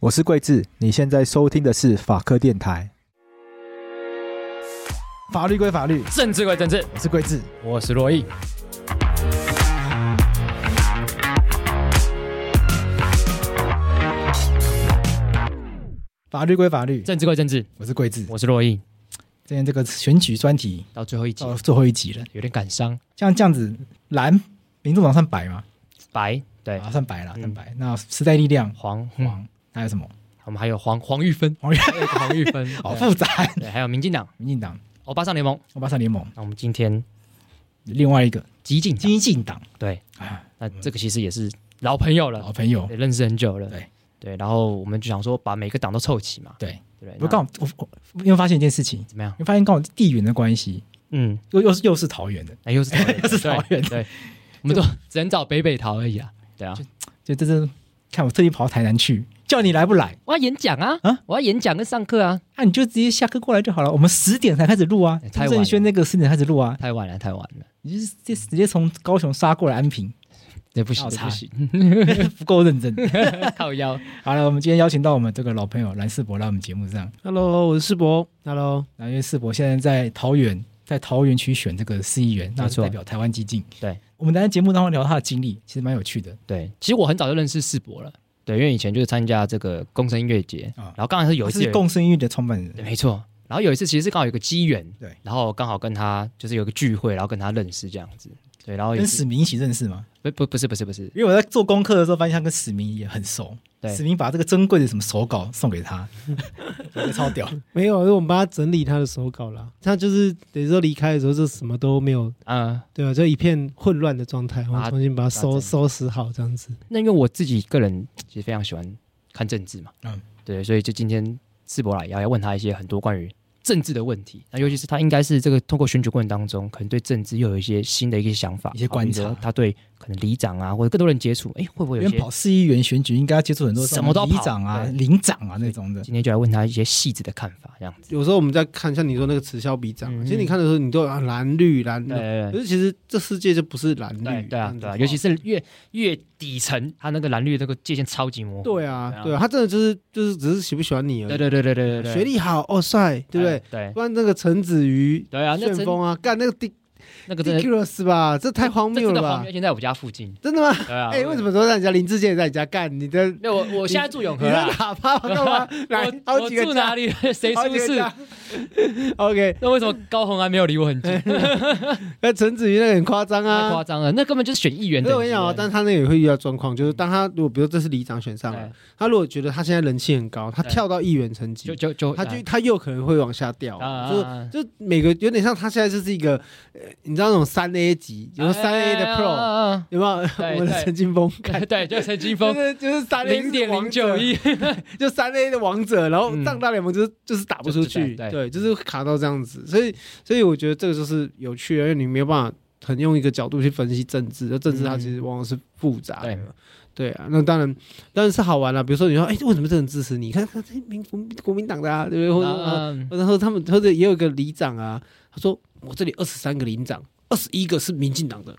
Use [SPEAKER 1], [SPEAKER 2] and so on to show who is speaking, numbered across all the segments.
[SPEAKER 1] 我是桂智，你现在收听的是法科电台。法律归法律，
[SPEAKER 2] 政治归政治，
[SPEAKER 1] 我是桂智。
[SPEAKER 2] 我是罗毅。
[SPEAKER 1] 法律归法律，
[SPEAKER 2] 政治归政治，
[SPEAKER 1] 我是桂智。
[SPEAKER 2] 我是洛毅。
[SPEAKER 1] 今天这个选举专题
[SPEAKER 2] 到最后一集
[SPEAKER 1] 到最后一集了，
[SPEAKER 2] 有点感伤，
[SPEAKER 1] 像这样子，蓝民众党算白吗？
[SPEAKER 2] 白对
[SPEAKER 1] 啊，算白了，算
[SPEAKER 2] 嗯
[SPEAKER 1] 白。那时代力量
[SPEAKER 2] 黄，嗯
[SPEAKER 1] 黄，还有什么？
[SPEAKER 2] 我们还有黄黄玉芬，
[SPEAKER 1] 黄玉
[SPEAKER 2] 还有一个黄玉芬，
[SPEAKER 1] 好
[SPEAKER 2] 对
[SPEAKER 1] 复杂。
[SPEAKER 2] 对，还有民进党
[SPEAKER 1] 民进党、
[SPEAKER 2] 欧巴桑联盟。
[SPEAKER 1] 欧巴桑联盟，
[SPEAKER 2] 那我们今天
[SPEAKER 1] 另外一个
[SPEAKER 2] 激进党
[SPEAKER 1] 激进党
[SPEAKER 2] 对，
[SPEAKER 1] 啊，
[SPEAKER 2] 那这个其实也是老朋友了
[SPEAKER 1] 老，朋友。
[SPEAKER 2] 也认识很久了，
[SPEAKER 1] 对
[SPEAKER 2] 对。然后我们就想说把每个党都凑齐嘛，
[SPEAKER 1] 对，
[SPEAKER 2] 对不对？
[SPEAKER 1] 我刚好我我我因为发现一件事情
[SPEAKER 2] 那，怎么样？
[SPEAKER 1] 因为发现刚好地缘的关系，
[SPEAKER 2] 嗯，
[SPEAKER 1] 又又是又是桃园的，
[SPEAKER 2] 那又是
[SPEAKER 1] 又是
[SPEAKER 2] 对
[SPEAKER 1] 桃园的
[SPEAKER 2] 对，我们都只能找北北桃而已啊，对啊。
[SPEAKER 1] 就这是看我特意跑到台南去，叫你来不来？
[SPEAKER 2] 我要演讲啊！
[SPEAKER 1] 啊
[SPEAKER 2] 我要演讲跟上课啊！
[SPEAKER 1] 那、你就直接下课过来就好了。我们十点才开始录啊
[SPEAKER 2] 哎，太
[SPEAKER 1] 郑
[SPEAKER 2] 晚了
[SPEAKER 1] 轩那个十点开始录啊，
[SPEAKER 2] 太晚了，太晚了，
[SPEAKER 1] 你就是直接直接从高雄杀过来安平，
[SPEAKER 2] 这不行，
[SPEAKER 1] 闹
[SPEAKER 2] 这
[SPEAKER 1] 岔
[SPEAKER 2] 不行，
[SPEAKER 1] 不够认 真。
[SPEAKER 2] 靠腰。
[SPEAKER 1] 好了，我们今天邀请到我们这个老朋友蓝世博来我们节目上。
[SPEAKER 3] Hello，我是世博。Hello，
[SPEAKER 1] 那因为世博现在在桃园，在桃园区选这个市议员，那
[SPEAKER 2] 没
[SPEAKER 1] 是
[SPEAKER 2] 错
[SPEAKER 1] 代表台湾激进。
[SPEAKER 2] 对，
[SPEAKER 1] 我们在节目当中聊他的经历，其实蛮有趣的。
[SPEAKER 2] 对，其实我很早就认识世博了，对，因为以前就是参加这个工程音乐节，
[SPEAKER 1] 啊
[SPEAKER 2] 然后刚好是有
[SPEAKER 1] 我
[SPEAKER 2] 一次
[SPEAKER 1] 是
[SPEAKER 2] 有
[SPEAKER 1] 共生育的创办
[SPEAKER 2] 对，
[SPEAKER 1] 人，
[SPEAKER 2] 没错。然后有一次其实是刚好有个机缘，
[SPEAKER 1] 对，
[SPEAKER 2] 然后刚好跟他就是有个聚会，然后跟他认识这样子，对，然后哦也
[SPEAKER 1] 跟
[SPEAKER 2] 是
[SPEAKER 1] 史明一起认识吗？
[SPEAKER 2] 不不不是不是不是，
[SPEAKER 1] 因为我在做功课的时候发现他跟史明也很熟，
[SPEAKER 2] 对
[SPEAKER 1] 史明把这个珍贵的什么手稿送给他，我觉得超屌。
[SPEAKER 3] 没有，是我们帮他整理他的手稿啦。他就是等于说离开的时候，就什么都没有，
[SPEAKER 2] 嗯，
[SPEAKER 3] 对啊，就一片混乱的状态。我们重新把它
[SPEAKER 2] 把它整
[SPEAKER 3] 收
[SPEAKER 2] 理
[SPEAKER 3] 收拾好，这样子。
[SPEAKER 2] 那因为我自己个人其实非常喜欢看政治嘛，
[SPEAKER 1] 嗯
[SPEAKER 2] 嗯，对，所以就今天世博来要要问他一些很多关于政治的问题，那尤其是他应该是这个通过选举过程当中，可能对政治又有一些新的一些想法、
[SPEAKER 1] 一些观察
[SPEAKER 2] 好比说他对可能里长啊或者更多人接触，哎，会不会
[SPEAKER 1] 因
[SPEAKER 2] 有一
[SPEAKER 1] 为
[SPEAKER 2] 些
[SPEAKER 1] 跑市议员选举应该要接触很多
[SPEAKER 2] 什么都要
[SPEAKER 1] 里
[SPEAKER 2] 跑
[SPEAKER 1] 长啊、
[SPEAKER 2] 对
[SPEAKER 1] 领长啊那种的，
[SPEAKER 2] 今天就来问他一些细致的看法，这样子。
[SPEAKER 3] 有时候我们在看，像你说那个此消彼长，
[SPEAKER 2] 嗯
[SPEAKER 3] 其实你看的时候，你都啊蓝绿蓝绿，
[SPEAKER 2] 对
[SPEAKER 3] 可是其实这世界就不是蓝
[SPEAKER 2] 对
[SPEAKER 3] 绿，
[SPEAKER 2] 对啊
[SPEAKER 3] 这样子
[SPEAKER 2] 对啊，
[SPEAKER 3] 的
[SPEAKER 2] 尤其
[SPEAKER 3] 话
[SPEAKER 2] 是越越底层，他那个蓝绿那个界限超级模糊。
[SPEAKER 3] 对啊
[SPEAKER 2] 对啊
[SPEAKER 3] 对啊，他真的就是就是只是喜不喜欢你而
[SPEAKER 2] 对
[SPEAKER 3] 已。
[SPEAKER 2] 对对对对对对，
[SPEAKER 3] 学历好哦帅，对不对？
[SPEAKER 2] 对
[SPEAKER 3] 不然那个陈子瑜、
[SPEAKER 2] 对啊，那
[SPEAKER 3] 旋
[SPEAKER 2] 真
[SPEAKER 3] 风啊，干那个 d
[SPEAKER 2] 那个
[SPEAKER 3] i
[SPEAKER 2] 真
[SPEAKER 3] c u
[SPEAKER 2] 的
[SPEAKER 3] l o s 吧，这太荒
[SPEAKER 2] 这
[SPEAKER 3] 谬
[SPEAKER 2] 真
[SPEAKER 3] 了
[SPEAKER 2] 的荒
[SPEAKER 3] 吧
[SPEAKER 2] 谬，？现在我家附近。
[SPEAKER 3] 真的吗？
[SPEAKER 2] 对啊，
[SPEAKER 3] 哎、为什么都让人家林志健在你家干？你的
[SPEAKER 2] 没有？我我现在住永
[SPEAKER 3] 你
[SPEAKER 2] 和
[SPEAKER 3] 的
[SPEAKER 2] 啦。
[SPEAKER 3] 喇叭干嘛？来
[SPEAKER 2] 我，
[SPEAKER 3] 好
[SPEAKER 2] 我
[SPEAKER 3] 几个
[SPEAKER 2] 住
[SPEAKER 3] 家
[SPEAKER 2] 哪里？谁
[SPEAKER 3] 好
[SPEAKER 2] 出
[SPEAKER 3] 几个
[SPEAKER 2] 事？
[SPEAKER 3] 家 ？OK，
[SPEAKER 2] 那为什么高红安没有离我很近？
[SPEAKER 3] 那陈子瑜那个很夸张
[SPEAKER 2] 太
[SPEAKER 3] 啊
[SPEAKER 2] 夸。张了，那根本就是选议员
[SPEAKER 3] 可
[SPEAKER 2] 的。
[SPEAKER 3] 是我跟你讲哦，但他那个也会遇到状况，就是当他如果比如这是里长选上了
[SPEAKER 2] 对，
[SPEAKER 3] 他如果觉得他现在人气很高，他
[SPEAKER 2] 对
[SPEAKER 3] 跳到议员层
[SPEAKER 2] 就
[SPEAKER 3] 级，
[SPEAKER 2] 就就
[SPEAKER 3] 他就他又可能会往下掉
[SPEAKER 2] 啊啊，
[SPEAKER 3] 就
[SPEAKER 2] 啊啊
[SPEAKER 3] 是就每个有点像他现在就是一个，呃你知道那种三 A 级，有三 A
[SPEAKER 2] 哎
[SPEAKER 3] 的 Pro，
[SPEAKER 2] Pro，
[SPEAKER 3] 有没有？
[SPEAKER 2] 啊对
[SPEAKER 3] 我们的
[SPEAKER 2] 对
[SPEAKER 3] 陈金峰，
[SPEAKER 2] 对，就陈金
[SPEAKER 3] 就
[SPEAKER 2] 峰
[SPEAKER 3] 是就是三 A
[SPEAKER 2] 零点零九一，
[SPEAKER 3] 就三 A 的王者，然后
[SPEAKER 2] 嗯
[SPEAKER 3] 上大联盟就是、就是打不出去，
[SPEAKER 2] 就嗯对
[SPEAKER 3] 对，就是卡到这样子，所以所以我觉得这个就是有趣的，因为你没有办法很用一个角度去分析政治，就政治它
[SPEAKER 2] 嗯
[SPEAKER 3] 其实往往是复杂的。
[SPEAKER 2] 对
[SPEAKER 3] 对啊，那当然，当然是好玩了。比如说，你说，哎、为什么这人支持你？看看这民国国民党的啊，对不对？或者、
[SPEAKER 2] 嗯
[SPEAKER 3] 或者说他们，或者也有一个里长啊，他说我这里二十三个里长，二十一个是民进党的，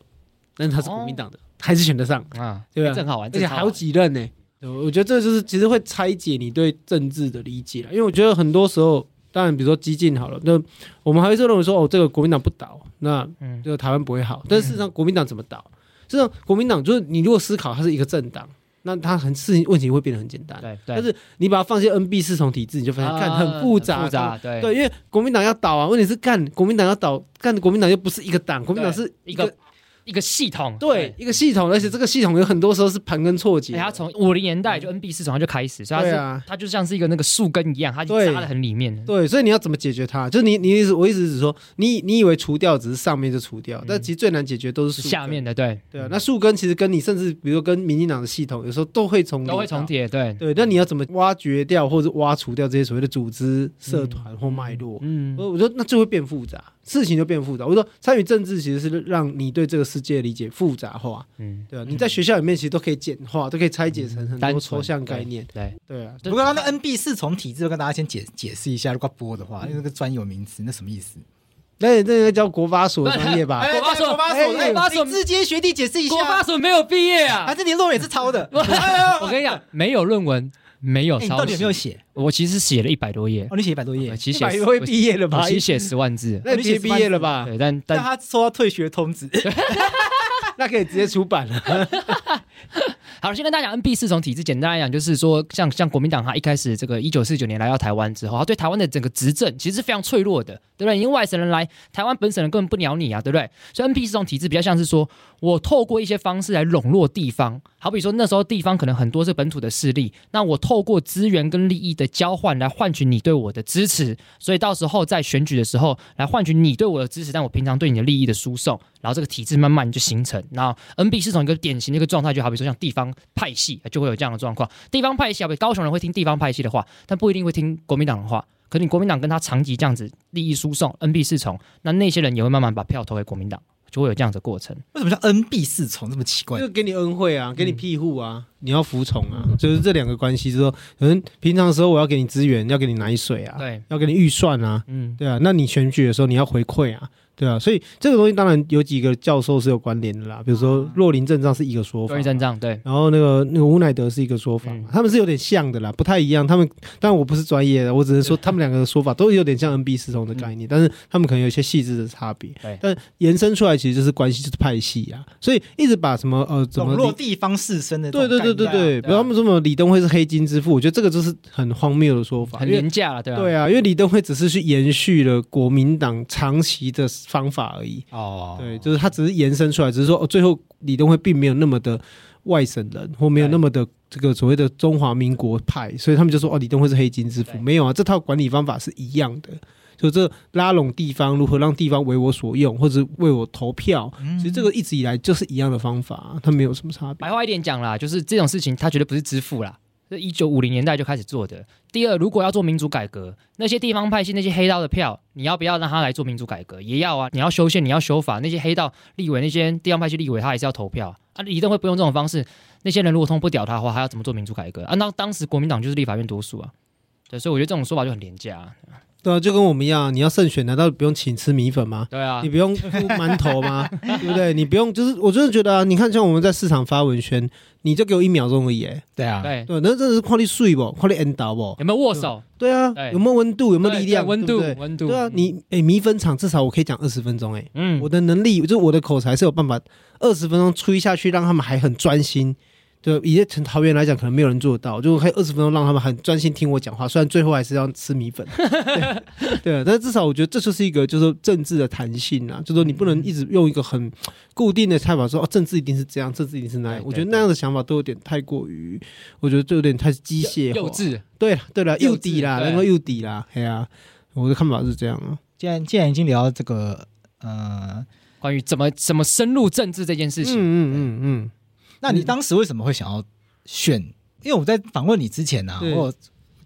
[SPEAKER 3] 但是他是国民
[SPEAKER 2] 哦
[SPEAKER 3] 党的，还是选得上。
[SPEAKER 2] 啊，
[SPEAKER 3] 对啊
[SPEAKER 2] 这很好玩，
[SPEAKER 3] 而且
[SPEAKER 2] 这超
[SPEAKER 3] 还
[SPEAKER 2] 好
[SPEAKER 3] 有
[SPEAKER 2] 玩
[SPEAKER 3] 几任呢、对我觉得这就是其实会拆解你对政治的理解了，因为我觉得很多时候，当然比如说激进好了，那我们还会说认为说哦，这个国民党不倒，那
[SPEAKER 2] 嗯
[SPEAKER 3] 这个台湾不会好。但事实上，国民党怎么倒？事实上，国民党就是你如果思考它是一个政党，那它很事情问题会变得很简单。
[SPEAKER 2] 对，
[SPEAKER 3] 但
[SPEAKER 2] 但
[SPEAKER 3] 是你把它放进 NB 四重体制，你就发现看很复杂，
[SPEAKER 2] 复杂，对
[SPEAKER 3] 对，因为国民党要倒啊，问题是干国民党要倒，干国民党又不是一个党，国民党是
[SPEAKER 2] 一个一个系统，
[SPEAKER 3] 对，一个系统，而且这个系统有很多时候是盘根错节
[SPEAKER 2] 哎
[SPEAKER 3] 的。
[SPEAKER 2] 它从五零年代就 NB 市场就开始，所以它
[SPEAKER 3] 对
[SPEAKER 2] 是
[SPEAKER 3] 啊，
[SPEAKER 2] 它就像是一个那个树根一样，它就
[SPEAKER 3] 对
[SPEAKER 2] 扎得很里面。
[SPEAKER 3] 对，所以你要怎么解决它？就是你，你意思，我意思是说，你你以为除掉只是上面就除掉，但其实最难解决都是
[SPEAKER 2] 嗯是
[SPEAKER 3] 树根
[SPEAKER 2] 下面。嗯的对
[SPEAKER 3] 对啊，那树根其实跟你甚至比如说跟民进党的系统有时候都会重叠到
[SPEAKER 2] 都会重。叠，对，
[SPEAKER 3] 对，那你要怎么挖掘掉或者挖除掉这些所谓的组织、社团或脉络？
[SPEAKER 2] 嗯，
[SPEAKER 3] 我我说那就会变复杂，事情就变复杂。我说参与政治其实是让你对这个世界的理解复杂化，
[SPEAKER 2] 嗯，
[SPEAKER 3] 对啊，你在学校里面其实都可以简化，都可以拆解成很
[SPEAKER 2] 单
[SPEAKER 3] 多
[SPEAKER 2] 纯
[SPEAKER 3] 抽象概念。
[SPEAKER 2] 对，
[SPEAKER 3] 对啊，
[SPEAKER 1] 不过刚刚那 NB 四重体制，我跟大家先解解释一下，如果播的话，因为那个专有名词，那什么意思？
[SPEAKER 3] 那你这个叫国发所的专 业吧？
[SPEAKER 2] 国发所
[SPEAKER 1] 国发
[SPEAKER 3] 哎
[SPEAKER 1] 所，哎
[SPEAKER 2] 国发所
[SPEAKER 1] 你直接学弟解释一
[SPEAKER 2] 国
[SPEAKER 1] 下
[SPEAKER 2] 发，所没有毕业
[SPEAKER 3] 哎
[SPEAKER 1] 啊，
[SPEAKER 2] 啊，
[SPEAKER 1] 这联络也是抄的，
[SPEAKER 2] 我跟你讲，没有论文，没有
[SPEAKER 1] 哎你
[SPEAKER 2] 抄
[SPEAKER 1] 到底有没有
[SPEAKER 2] 袭？
[SPEAKER 1] 写？
[SPEAKER 2] 我其实写了一百多页，
[SPEAKER 1] 哦，你写一百多页
[SPEAKER 2] 呃，其实
[SPEAKER 3] 一百
[SPEAKER 2] 写
[SPEAKER 3] 多会毕业了
[SPEAKER 2] 我
[SPEAKER 3] 吧哎
[SPEAKER 2] 其？实写十万字，
[SPEAKER 3] 那你也毕业了吧？
[SPEAKER 2] 对，但
[SPEAKER 1] 但他
[SPEAKER 2] 但
[SPEAKER 1] 收到退学通知，
[SPEAKER 3] 那可以直接出版了。
[SPEAKER 2] 好，先跟大家讲 NB 四重体制，简单来讲就是说，像像国民党他一开始这个一九四九年来到台湾之后，他对台湾的整个执政其实是非常脆弱的，对不对？因为外省人来，台湾本省人根本不鸟你啊，对不对？所以 NB 四重体制比较像是说我透过一些方式来笼络地方，好比说那时候地方可能很多是本土的势力，那我透过资源跟利益的交换来换取你对我的支持，所以到时候在选举的时候来换取你对我的支持，但我平常对你的利益的输送，然后这个体制慢慢就形成。然后 NB 是从一个典型的一个状态，就好比说像地方派系就会有这样的状况，地方派系好比高雄人会听地方派系的话，但不一定会听国民党的话。可你国民党跟他长期这样子利益输送，NB 是从，那那些人也会慢慢把票投给国民党，就会有这样子的过程。
[SPEAKER 1] 为什么叫 NB 四重这么奇怪
[SPEAKER 3] 就？给你恩惠啊，给你庇护啊，你要服从啊，就是这两个关系之后，可能平常的时候我要给你资源，要给你奶水啊，
[SPEAKER 2] 对，
[SPEAKER 3] 要给你预算啊，
[SPEAKER 2] 嗯，
[SPEAKER 3] 对啊，那你选举的时候你要回馈啊，对啊，所以这个东西当然有几个教授是有关联的啦，比如说洛林阵仗是一个说法
[SPEAKER 2] 关于，阵仗，对，
[SPEAKER 3] 然后那个那个乌奈德是一个说法嘛
[SPEAKER 2] 嗯，
[SPEAKER 3] 他们是有点像的啦，不太一样。他们，但我不是专业的，我只是说他们两个的说法都有点像 NB 四重的概
[SPEAKER 1] 嗯
[SPEAKER 3] 念，但是他们可能有一些细致的差别
[SPEAKER 2] 对。
[SPEAKER 3] 但延伸出来其实就是关系就是派系啊，所以一直把什么呃怎
[SPEAKER 1] 笼
[SPEAKER 3] 么
[SPEAKER 1] 络
[SPEAKER 3] 李
[SPEAKER 1] 地方士绅的这
[SPEAKER 3] 对
[SPEAKER 1] 种
[SPEAKER 3] 对对对
[SPEAKER 1] 概念啊
[SPEAKER 3] 对，比如他们说什么李登辉是黑金之父，我觉得这个就是很荒谬的说法，
[SPEAKER 2] 很
[SPEAKER 3] 因为
[SPEAKER 2] 廉价了，对吧？
[SPEAKER 3] 对啊，因为李登辉只是去延续了国民党长期的方法而已。
[SPEAKER 1] 哦，
[SPEAKER 3] 对，就是他只是延伸出来，只是说、哦、最后李登辉并没有那么的外省人，或没有
[SPEAKER 2] 对
[SPEAKER 3] 那么的这个所谓的中华民国派，所以他们就说哦，李登辉是黑金之父。
[SPEAKER 2] 对
[SPEAKER 3] 没有啊，这套管理方法是一样的，就这拉拢地方，如何让地方为我所用，或者为我投票，
[SPEAKER 1] 嗯
[SPEAKER 3] 其实这个一直以来就是一样的方法啊、它没有什么差别。
[SPEAKER 2] 白话一点讲啦，就是这种事情，他绝对不是支付啦，是一九五零年代就开始做的。第二，如果要做民主改革，那些地方派系、那些黑道的票，你要不要让他来做民主改革？也要啊，你要修宪，你要修法，那些黑道立委、那些地方派系立委，他也是要投票啊啊。李登辉不用这种方式，那些人如果通不屌他的话，他要怎么做民主改革啊？那当时国民党就是立法院多数啊，对，所以我觉得这种说法就很廉价、啊。
[SPEAKER 3] 对啊，就跟我们一样，你要胜选，难道不用请吃米粉吗？
[SPEAKER 2] 对啊
[SPEAKER 3] 你，不用付馒头吗？ 对不对？你不用，就是我真的觉得啊，你看像我们在市场发文宣，你就给我一秒钟而已、欸，
[SPEAKER 1] 对啊，
[SPEAKER 2] 对，
[SPEAKER 3] 对，那真的是看你水不，看你恩导不，
[SPEAKER 2] 有没有握手？
[SPEAKER 3] 对啊，
[SPEAKER 2] 对
[SPEAKER 3] 有没有温度？有没有力
[SPEAKER 2] 对
[SPEAKER 3] 量？
[SPEAKER 2] 对温度
[SPEAKER 3] 对不，对
[SPEAKER 2] 温度。
[SPEAKER 3] 对啊，你哎，米粉厂至少我可以讲二十分钟哎，
[SPEAKER 2] 嗯
[SPEAKER 3] 我的能力就是我的口才是有办法二十分钟吹下去，让他们还很专心。对，以前桃园来讲，可能没有人做到，就还有二十分钟让他们很专心听我讲话，虽然最后还是要吃米 粉。对，对啊，但至少我觉得这就是一个就是说政治的弹性啊，就是说你不能一直用一个很固定的看法说哦，政治一定是这样，政治一定是那样。
[SPEAKER 2] 对
[SPEAKER 3] 我
[SPEAKER 2] 对
[SPEAKER 3] 觉得那样的想法都有点太过于，我觉得就有点太机械化
[SPEAKER 2] 幼稚，
[SPEAKER 3] 对啦，对啦，
[SPEAKER 2] 幼
[SPEAKER 3] 右底
[SPEAKER 2] 稚
[SPEAKER 3] 啦，
[SPEAKER 2] 对
[SPEAKER 3] 能够右底啦，哎呀、我的看法是这样啊。
[SPEAKER 1] 既然既然已经聊到这个，呃，
[SPEAKER 2] 关于怎么怎么深入政治这件事
[SPEAKER 3] 嗯
[SPEAKER 2] 情，
[SPEAKER 3] 嗯嗯嗯，
[SPEAKER 1] 那你当时为什么会想要选？因为我在访问你之前呢、啊，
[SPEAKER 3] 对
[SPEAKER 1] 我有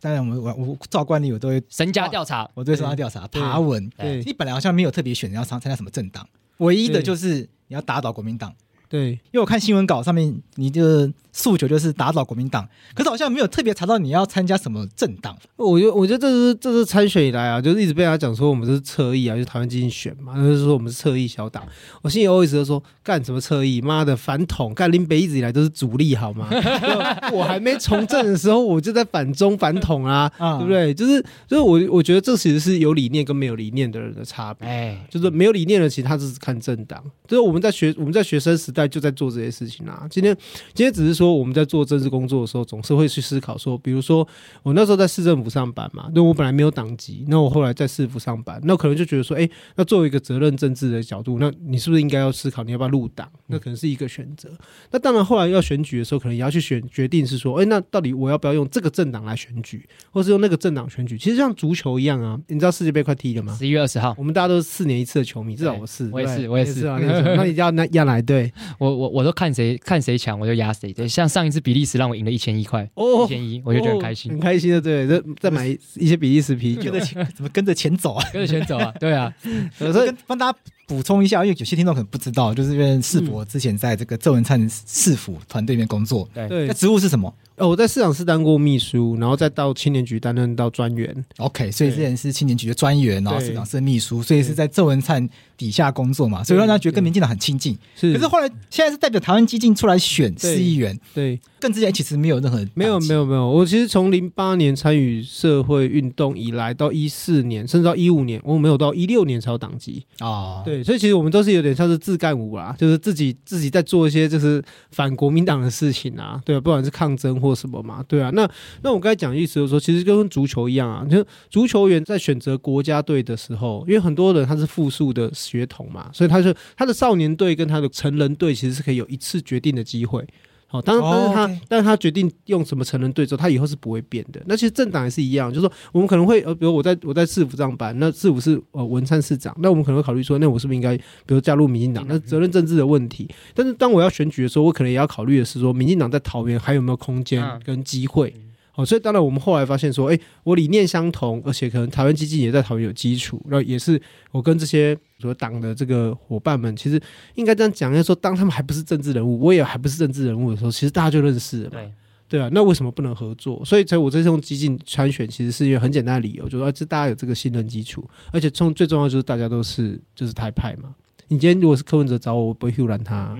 [SPEAKER 1] 当然我们我我照惯例我都会
[SPEAKER 2] 神家调查，
[SPEAKER 1] 我对身家调查
[SPEAKER 3] 对
[SPEAKER 1] 爬文，
[SPEAKER 3] 对
[SPEAKER 1] 你本来好像没有特别选你要参参加什么政党，唯一的
[SPEAKER 3] 对
[SPEAKER 1] 就是你要打倒国民党。
[SPEAKER 3] 对
[SPEAKER 1] 因为我看新闻稿上面，你的诉求就是打倒国民党，可是好像没有特别查到你要参加什么政 党。
[SPEAKER 3] 我觉得我觉得这是这是参选以来啊，就是一直被他讲说我们是侧翼啊，就是台湾基进选嘛，那就是说我们是侧翼小党。我心里 always 都说干什么侧翼，妈的反统，干林北一直以来都是主力好吗？ 就我还没从政的时候，我就在反中反统啊，
[SPEAKER 1] 啊
[SPEAKER 3] 对不对？就是就是我我觉得这其实是有理念跟没有理念的人的差别。
[SPEAKER 2] 哎，
[SPEAKER 3] 就是没有理念的，其实他只是看政党。就是我们在学我们在学生时代就在做这些事情啊。今天今天只是说我们在做政治工作的时候，总是会去思考说，比如说我那时候在市政府上班嘛，那我本来没有党籍，那我后来在市府上班，那可能就觉得说，哎、那作为一个责任政治的角度，那你是不是应该要思考你要不要入党？那可能是一个选择。那当然，后来要选举的时候，可能也要去选决定是说，哎、那到底我要不要用这个政党来选举，或是用那个政党选举？其实像足球一样啊，你知道世界杯快踢了吗？
[SPEAKER 2] 十一月二十号，
[SPEAKER 3] 我们大家都是四年一次的球迷，至少我是，
[SPEAKER 2] 我也是
[SPEAKER 3] 对
[SPEAKER 2] 我也
[SPEAKER 3] 你
[SPEAKER 2] 是
[SPEAKER 3] 啊 你也是那你要哪要哪一队？
[SPEAKER 2] 我我我都看谁看谁强，我就压谁。对，像上一次比利时让我赢了一千一块，一
[SPEAKER 3] 哦，
[SPEAKER 2] 千一，我就觉得很开心
[SPEAKER 3] 很，开心的，对，再再买一些比利时啤
[SPEAKER 1] 跟
[SPEAKER 3] 酒
[SPEAKER 1] 着，钱怎么跟着钱走啊？
[SPEAKER 2] 跟着钱走啊，对啊，
[SPEAKER 3] 呃所
[SPEAKER 1] 所以
[SPEAKER 3] 以
[SPEAKER 1] 跟帮大家补充一下，因为有些听众可能不知道，就是因为世
[SPEAKER 3] 嗯
[SPEAKER 1] 博之前在这个郑文灿市府团队里面工作，
[SPEAKER 2] 对，
[SPEAKER 3] 对
[SPEAKER 1] 那，职务是什么
[SPEAKER 3] 哦，我在市长室当过秘书，然后再到青年局担任到专员。
[SPEAKER 1] ？OK，所以之
[SPEAKER 3] 对
[SPEAKER 1] 前是青年局的专员，然后
[SPEAKER 3] 对
[SPEAKER 1] 市长室的秘书，所以是在郑文灿底下工作嘛，所以让大家觉得跟民进党很亲近。
[SPEAKER 3] 是，
[SPEAKER 1] 可是后来现在是代表台湾激进出来选
[SPEAKER 3] 对
[SPEAKER 1] 市议员，
[SPEAKER 3] 嗯对，
[SPEAKER 1] 更之前其实没有任何
[SPEAKER 3] 没有没
[SPEAKER 1] 有
[SPEAKER 3] 有没有，我其实从零八年参与社会运动以来，到一四年，甚至到一五年，我没有到一六年才有党籍。
[SPEAKER 1] 哦，
[SPEAKER 3] 对，所以其实我们都是有点像是自干五啦，就是自己自己在做一些就是反国民党的事情啊，对啊，不管是抗争或什么嘛，对啊。那那我刚才讲的意思就是说，其实跟足球一样啊，就是足球员在选择国家队的时候，因为很多人他是复数的血统嘛，所以他就他的少年队跟他的成人队其实是可以有一次决定的机会。好、当然，但是他、
[SPEAKER 1] 哦，OK
[SPEAKER 3] 但是他决定用什么成人队之后，他以后是不会变的。那其实政党也是一样，就是说我们可能会呃，比如我在我在市府上班，那市府是呃文灿市长，那我们可能会考虑说，那我是不是应该比如加入民进党？那责任政治的问题。但是当我要选举的时候，我可能也要考虑的是说，民进党在桃园还有没有空间
[SPEAKER 2] 嗯
[SPEAKER 3] 跟机会。哦，所以当然，我们后来发现说，哎，我理念相同，而且可能台湾基金也在桃园有基础，然后也是我跟这些所党的这个伙伴们，其实应该这样讲，应该说，当他们还不是政治人物，我也还不是政治人物的时候，其实大家就认识了嘛。
[SPEAKER 2] 对，
[SPEAKER 3] 对啊，那为什么不能合作？所以才我这次用激进参选，其实是一个很简单的理由，就是啊，这大家有这个信任基础，而且从最重要的就是大家都是就是台派嘛。你今天如果是柯文哲找我，我不会阻拦他啊、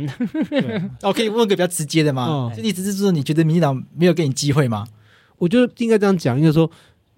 [SPEAKER 3] 对啊
[SPEAKER 1] 哦，可以问个比较直接的吗
[SPEAKER 3] 哦？
[SPEAKER 1] 就意思是说，你觉得民进党没有给你机会吗？
[SPEAKER 3] 我觉得应该这样讲，应该说，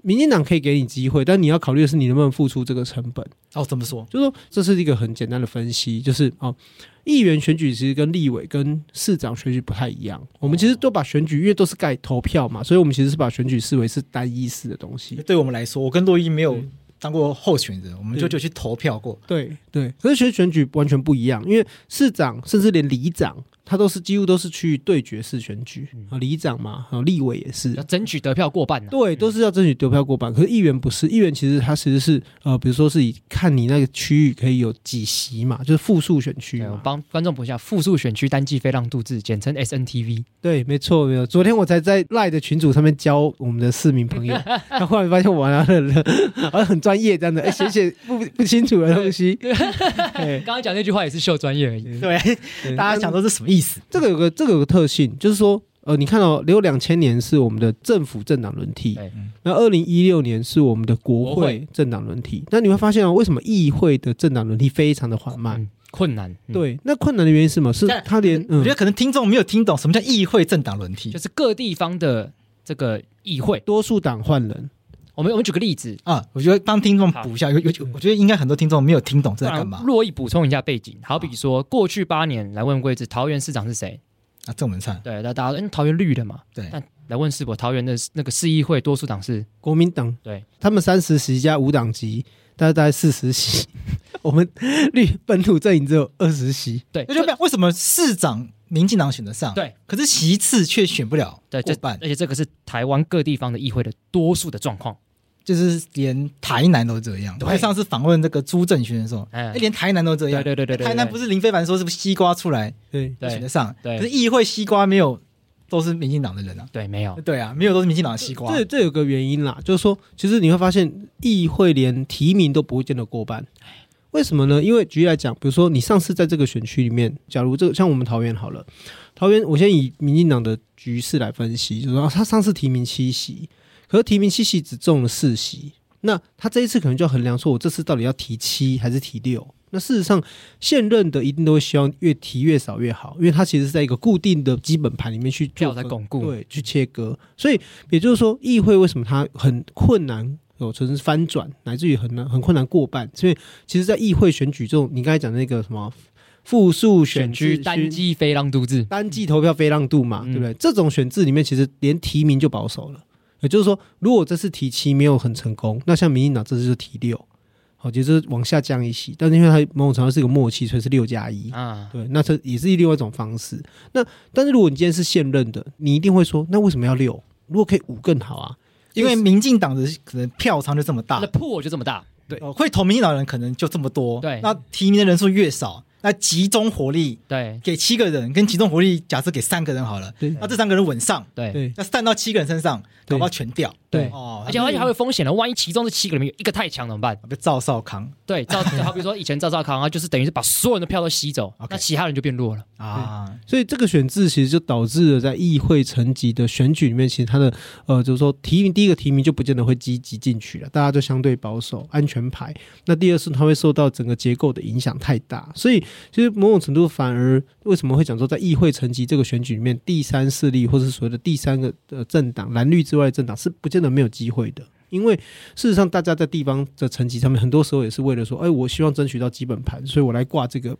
[SPEAKER 3] 民进党可以给你机会，但你要考虑的是你能不能付出这个成本。
[SPEAKER 1] 哦，怎么说？
[SPEAKER 3] 就是说这是一个很简单的分析，就是哦，议员选举其实跟立委跟市长选举不太一样。我们其实都把选举，因为都是盖投票嘛，所以我们其实是把选举视为是单一式的东西。
[SPEAKER 1] 对我们来说，我跟洛伊没有
[SPEAKER 3] 对
[SPEAKER 1] 当过候选人，我们就
[SPEAKER 3] 嗯对
[SPEAKER 1] 就去投票过。
[SPEAKER 3] 对对，可是其实选举完全不一样，因为市长甚至连里长，他都是几乎都是去对决式选举啊，里长嘛，啊，立委也是
[SPEAKER 2] 要，争取得票过半啊呢。
[SPEAKER 3] 对，都是要争取丢票过半。可是议员不是，议员其实他其实是呃，比如说是以看你那个区域可以有几席嘛，就是复数选区
[SPEAKER 2] 对我
[SPEAKER 3] 嘛。
[SPEAKER 2] 帮观众补一下，复数选区单季非让度制，简称 SNTV。
[SPEAKER 3] 对，没错，没有。昨天我才在赖的群组上面教我们的市民朋友，他忽然发现我玩的好像很专业这样的，哎，写写不不清楚的东西。 哎
[SPEAKER 2] 刚刚讲那句话也是秀专业而已。
[SPEAKER 1] 对，
[SPEAKER 3] 对
[SPEAKER 1] 大家想说这什么意思？
[SPEAKER 3] 这个有个这个有个特性，就是说，呃，你看哦，留两千年是我们的政府政党轮替
[SPEAKER 2] 对，
[SPEAKER 3] 那二零一六年是我们的国
[SPEAKER 2] 国会
[SPEAKER 3] 会政党轮替。那你会发现哦，为什么议会的政党轮替非常的缓慢？
[SPEAKER 2] 嗯，困难，嗯，
[SPEAKER 3] 对，那困难的原因是什么？是
[SPEAKER 1] 但
[SPEAKER 3] 他连
[SPEAKER 1] 我
[SPEAKER 3] 嗯
[SPEAKER 1] 觉，得可能听众没有听懂什么叫议会政党轮替
[SPEAKER 2] 就是各地方的这个议会。
[SPEAKER 3] 嗯多数党换人，
[SPEAKER 2] 我们我们举个例子，
[SPEAKER 1] 啊。我觉得帮听众补一下，有有我觉得应该很多听众没有听懂这在干嘛
[SPEAKER 2] 若意补充一下背景，好比说过去八年来问贵子，桃园市长是谁？
[SPEAKER 1] 啊。郑文灿
[SPEAKER 2] 对，那大家说，嗯，桃园绿的嘛。
[SPEAKER 1] 对
[SPEAKER 2] 但来问世博，桃园的那个市议会多数党是
[SPEAKER 3] 国民党
[SPEAKER 2] 对，
[SPEAKER 3] 他们三十席加五党籍，大概大概四十席，我们绿本土阵营只有二十席。
[SPEAKER 2] 对，
[SPEAKER 1] 那就表为什么市长民进党选得上，
[SPEAKER 2] 对，
[SPEAKER 1] 可是席次却选不了
[SPEAKER 2] 对，
[SPEAKER 1] 过
[SPEAKER 2] 这
[SPEAKER 1] 半
[SPEAKER 2] 而，且这个是台湾各地方的议会的多数的状况。
[SPEAKER 1] 就是连台南都这样。
[SPEAKER 2] 对
[SPEAKER 1] 我上次访问这个朱正勋的时候，
[SPEAKER 2] 嗯
[SPEAKER 1] 哎，连台南都这样。
[SPEAKER 2] 对对对对对，
[SPEAKER 1] 台南不
[SPEAKER 2] 是
[SPEAKER 1] 是林非凡说是不是西瓜出来
[SPEAKER 3] 对，
[SPEAKER 1] 选得
[SPEAKER 2] 对
[SPEAKER 1] 上，
[SPEAKER 2] 对
[SPEAKER 1] 可是议会西瓜没有都是民进党的人啊。
[SPEAKER 2] 对没有
[SPEAKER 1] 对啊，没有都是民进党的西瓜。
[SPEAKER 3] 这这有个原因啦，就是说，其实你会发现议会连提名都不会见得过半。为什么呢？因为举例来讲，比如说你上次在这个选区里面，假如这个像我们桃园好了，桃园我先以民进党的局势来分析，就是说、啊他上次提名七席，可是提名七席只中了四席，那他这一次可能就要衡量说，我这次到底要提七还是提六？那事实上，现任的一定都会希望越提越少越好，因为他其实是在一个固定的基本盘里面去做
[SPEAKER 2] 票在
[SPEAKER 3] 分
[SPEAKER 2] 巩固
[SPEAKER 3] 对，去切割。所以也就是说，议会为什么它很困难？有甚至翻转，乃至于很难很困难过半，所以其实，在议会选举这种，你刚才讲那个什么复数选
[SPEAKER 2] 选
[SPEAKER 3] 制
[SPEAKER 2] 区单机非让度制，
[SPEAKER 3] 单季投票非让度嘛，
[SPEAKER 2] 嗯
[SPEAKER 3] 对不对？这种选制里面，其实连提名就保守了。也就是说，如果这次提七没有很成功，那像民进党这次就提六，好，也就是往下降一席。但是因为它某种程度是一个默契，所以是六加一。
[SPEAKER 2] 啊，
[SPEAKER 3] 对，那这也是另外一种方式。那但是如果你今天是现任的，你一定会说，那为什么要六？如果可以五更好啊。
[SPEAKER 1] 因为民进党的可能票仓就这么
[SPEAKER 2] 它
[SPEAKER 1] 大
[SPEAKER 2] 的，破就这么大，
[SPEAKER 1] 哦会投民进党的人可能就这么多。
[SPEAKER 2] 对
[SPEAKER 1] 那提名的人数越少，那集中火力
[SPEAKER 2] 对
[SPEAKER 1] 给七个人，跟集中火力假设给三个人好了，
[SPEAKER 3] 对
[SPEAKER 2] 呃
[SPEAKER 1] 那这三个人稳上，
[SPEAKER 2] 对
[SPEAKER 3] 对
[SPEAKER 1] 那散到七个人身上，搞不好全掉。
[SPEAKER 3] 对
[SPEAKER 1] 哦，
[SPEAKER 2] 而且而且还有风险的，万一其中这七个里面有一个太强怎么办？
[SPEAKER 1] 被赵少康
[SPEAKER 2] 对， 赵好比说以前赵少康啊，就是等于是把所有人的票都吸走
[SPEAKER 1] OK
[SPEAKER 2] 那其他人就变弱了。
[SPEAKER 1] 啊，
[SPEAKER 3] 所以这个选制其实就导致了在议会层级的选举里面，其实他的呃，就是说提名第一个提名就不见得会积极进取了，大家就相对保守，安全牌。那第二是它会受到整个结构的影响太大，所以其实某种程度反而为什么会讲说在议会层级这个选举里面，第三势力或是所谓的第三个呃政党蓝绿之外的政党是不见得没有机会的。因为事实上，大家在地方的层级上面，很多时候也是为了说，哎，我希望争取到基本盘，所以我来挂这个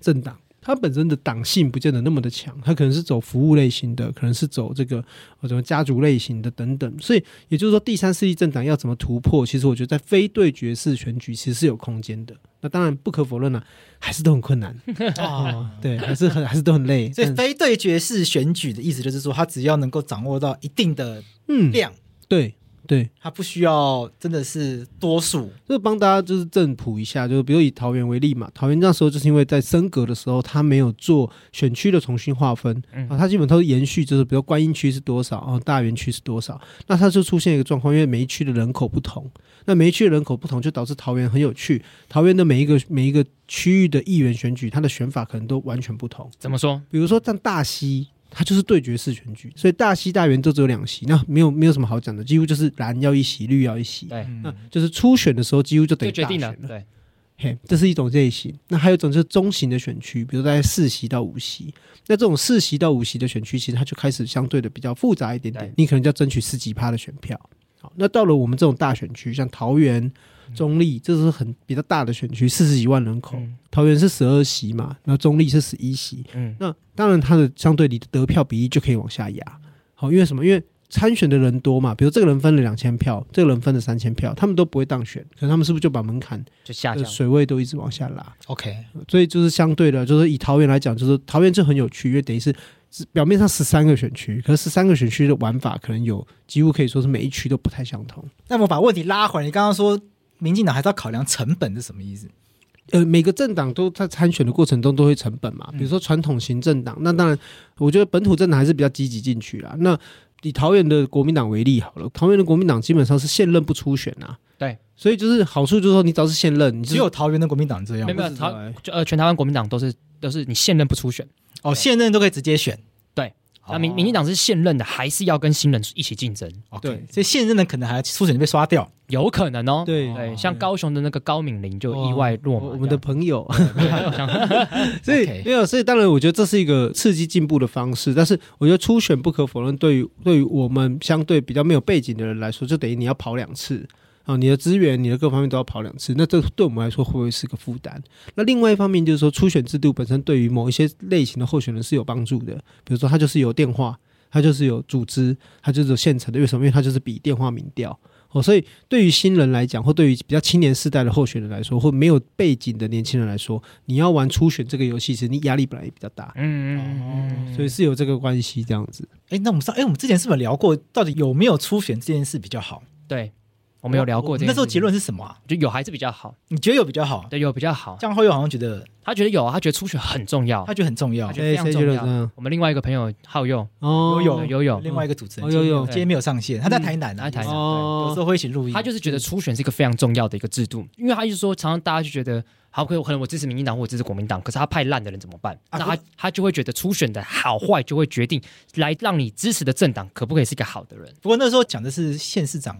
[SPEAKER 3] 政党。它本身的党性不见得那么的强，它可能是走服务类型的，可能是走这个呃什么家族类型的等等。所以也就是说，第三势力政党要怎么突破，其实我觉得在非对决式选举其实是有空间的。那当然不可否认啊，还是都很困难 哦，对，还是很还是都很累。
[SPEAKER 1] 所以
[SPEAKER 3] 但
[SPEAKER 1] 非对决式选举的意思就是说，他只要能够掌握到一定的
[SPEAKER 3] 嗯，
[SPEAKER 1] 量，
[SPEAKER 3] 对对，
[SPEAKER 1] 他不需要真的是多数
[SPEAKER 3] 就是帮大家就是正谱一下，就是比如以桃园为例嘛，桃园那时候就是因为在升格的时候，他没有做选区的重新划分、
[SPEAKER 2] 嗯
[SPEAKER 3] 啊，他基本都是延续，就是比如观音区是多少，哦，大园区是多少，那它就出现一个状况，因为每一区的人口不同，那每一区的人口不同，就导致桃园很有趣，桃园的每一个每一个区域的议员选举，它的选法可能都完全不同。
[SPEAKER 2] 怎么说？
[SPEAKER 3] 比如说像大溪，它就是对决式选举，所以大溪、大园都只有两席，那没有没有什么好讲的，几乎就是蓝要一席，绿要一席。
[SPEAKER 2] 对，
[SPEAKER 1] 嗯
[SPEAKER 3] 那就是初选的时候，几乎就等
[SPEAKER 2] 就
[SPEAKER 3] 于
[SPEAKER 2] 决
[SPEAKER 3] 大
[SPEAKER 2] 定
[SPEAKER 3] 选
[SPEAKER 2] 了。
[SPEAKER 3] 了。
[SPEAKER 2] 对，
[SPEAKER 3] 嘿，这是一种类型。那还有一种就是中型的选区，比如大概四席到五席。那这种四席到五席的选区，其实它就开始相对的比较复杂一点点
[SPEAKER 2] 对，
[SPEAKER 3] 你可能就要争取十几趴的选票。好，那到了我们这种大选区，像桃
[SPEAKER 2] 嗯
[SPEAKER 3] 园、中立，这是很比较大的选区，四十几万人口。
[SPEAKER 2] 嗯
[SPEAKER 3] 桃园是十二席嘛，然后中立是十一席。
[SPEAKER 2] 嗯，
[SPEAKER 3] 那当然，它的相对你的得票比例就可以往下压。好，因为什么？因为参选的人多嘛，比如这个人分了两千票，这个人分了三千票，他们都不会当选，可是他们是不是就把门槛
[SPEAKER 2] 就下
[SPEAKER 3] 的
[SPEAKER 2] 降。
[SPEAKER 3] 水位都一直往下拉？
[SPEAKER 1] OK，
[SPEAKER 3] 所以就是相对的，就是以桃园来讲，就是桃园就很有趣，因为等于是只表面上十三个选区，可是十三个选区的玩法可能有几乎可以说是每一区都不太相同。
[SPEAKER 1] 那我们把问题拉回来，你刚刚说民进党还是要考量成本是什么意思？
[SPEAKER 3] 呃，每个政党都在参选的过程中都会成本嘛，
[SPEAKER 2] 嗯
[SPEAKER 3] 比如说传统型政党，那当然，我觉得本土政党还是比较积极进去啦。那以桃园的国民党为例好了，桃园的国民党基本上是现任不初选啊，
[SPEAKER 2] 对，
[SPEAKER 3] 所以就是好处就是说，你只要是现任，你就
[SPEAKER 1] 只有桃园的国民党这样
[SPEAKER 2] 没有没有，
[SPEAKER 3] 不知道
[SPEAKER 2] 台
[SPEAKER 3] 欸
[SPEAKER 2] 就呃，全台湾国民党都是都是你现任不初选，
[SPEAKER 1] 哦，现任都可以直接选。
[SPEAKER 2] 对
[SPEAKER 1] 哦，
[SPEAKER 2] 那民民进党是现任的，还是要跟新人一起竞争？
[SPEAKER 1] OK，
[SPEAKER 3] 对
[SPEAKER 1] 所以现任的可能还初选就被刷掉。
[SPEAKER 2] 有可能哦。
[SPEAKER 3] 欸对哦
[SPEAKER 2] 对，像高雄的那个高敏玲就意外落马这
[SPEAKER 3] 我
[SPEAKER 2] 样，
[SPEAKER 3] 我们的朋友， 所
[SPEAKER 1] OK
[SPEAKER 3] 以没有，所以当然，我觉得这是一个刺激进步的方式。但是，我觉得初选不可否认，对于对于我们相对比较没有背景的人来说，就等于你要跑两次啊，你的资源、你的各方面都要跑两次。那这对我们来说会不会是个负担？那另外一方面就是说，初选制度本身对于某一些类型的候选人是有帮助的，比如说他就是有电话，他就是有组织，他就是有现成的。为什么？因为他就是比电话民调。哦，所以对于新人来讲，或对于比较青年世代的候选人来说，或没有背景的年轻人来说，你要玩初选这个游戏，其实你压力本来也比较大，
[SPEAKER 2] 嗯，嗯嗯嗯，
[SPEAKER 3] 所以是有这个关系这样子。
[SPEAKER 1] 哎，那我们上哎，我们之前是不是有聊过，到底有没有初选这件事比较好？
[SPEAKER 2] 对，我们有聊
[SPEAKER 1] 我
[SPEAKER 2] 过这
[SPEAKER 1] 们
[SPEAKER 2] 个
[SPEAKER 1] 那时候结论是什么啊？
[SPEAKER 2] 就有还是比较好，
[SPEAKER 1] 你觉得有比较好？
[SPEAKER 2] 对，有比较好。
[SPEAKER 1] 江浩佑好像觉得
[SPEAKER 2] 他觉得有，啊，他觉得初选很重要
[SPEAKER 1] 他。觉得很重要
[SPEAKER 2] 哦他。觉得
[SPEAKER 3] 谁
[SPEAKER 2] 非常
[SPEAKER 3] 谁觉
[SPEAKER 2] 重
[SPEAKER 3] 得
[SPEAKER 2] 要
[SPEAKER 3] 这样？
[SPEAKER 2] 我们另外一个朋友浩佑，
[SPEAKER 3] 哦，
[SPEAKER 1] 有
[SPEAKER 2] 对有有，嗯
[SPEAKER 1] 另外一个主持人
[SPEAKER 3] 哦有有
[SPEAKER 1] 今天没有上线，他在台南啊，
[SPEAKER 2] 他在台
[SPEAKER 1] 有
[SPEAKER 2] 南
[SPEAKER 1] 时
[SPEAKER 3] 哦，
[SPEAKER 1] 候会一起录音。
[SPEAKER 2] 他就是觉得初选是一个非常重要的一个制度，因为他就是说，常常大家就觉得，好，可可能我支持民进党或者支持国民党，可是他派烂的人怎么办？
[SPEAKER 1] 啊
[SPEAKER 2] 那
[SPEAKER 1] 可
[SPEAKER 2] 他他就会觉得初选的好坏就会决定来让你支持的政党可不可以是一个好的人，
[SPEAKER 1] 不过那时候讲的是县市长，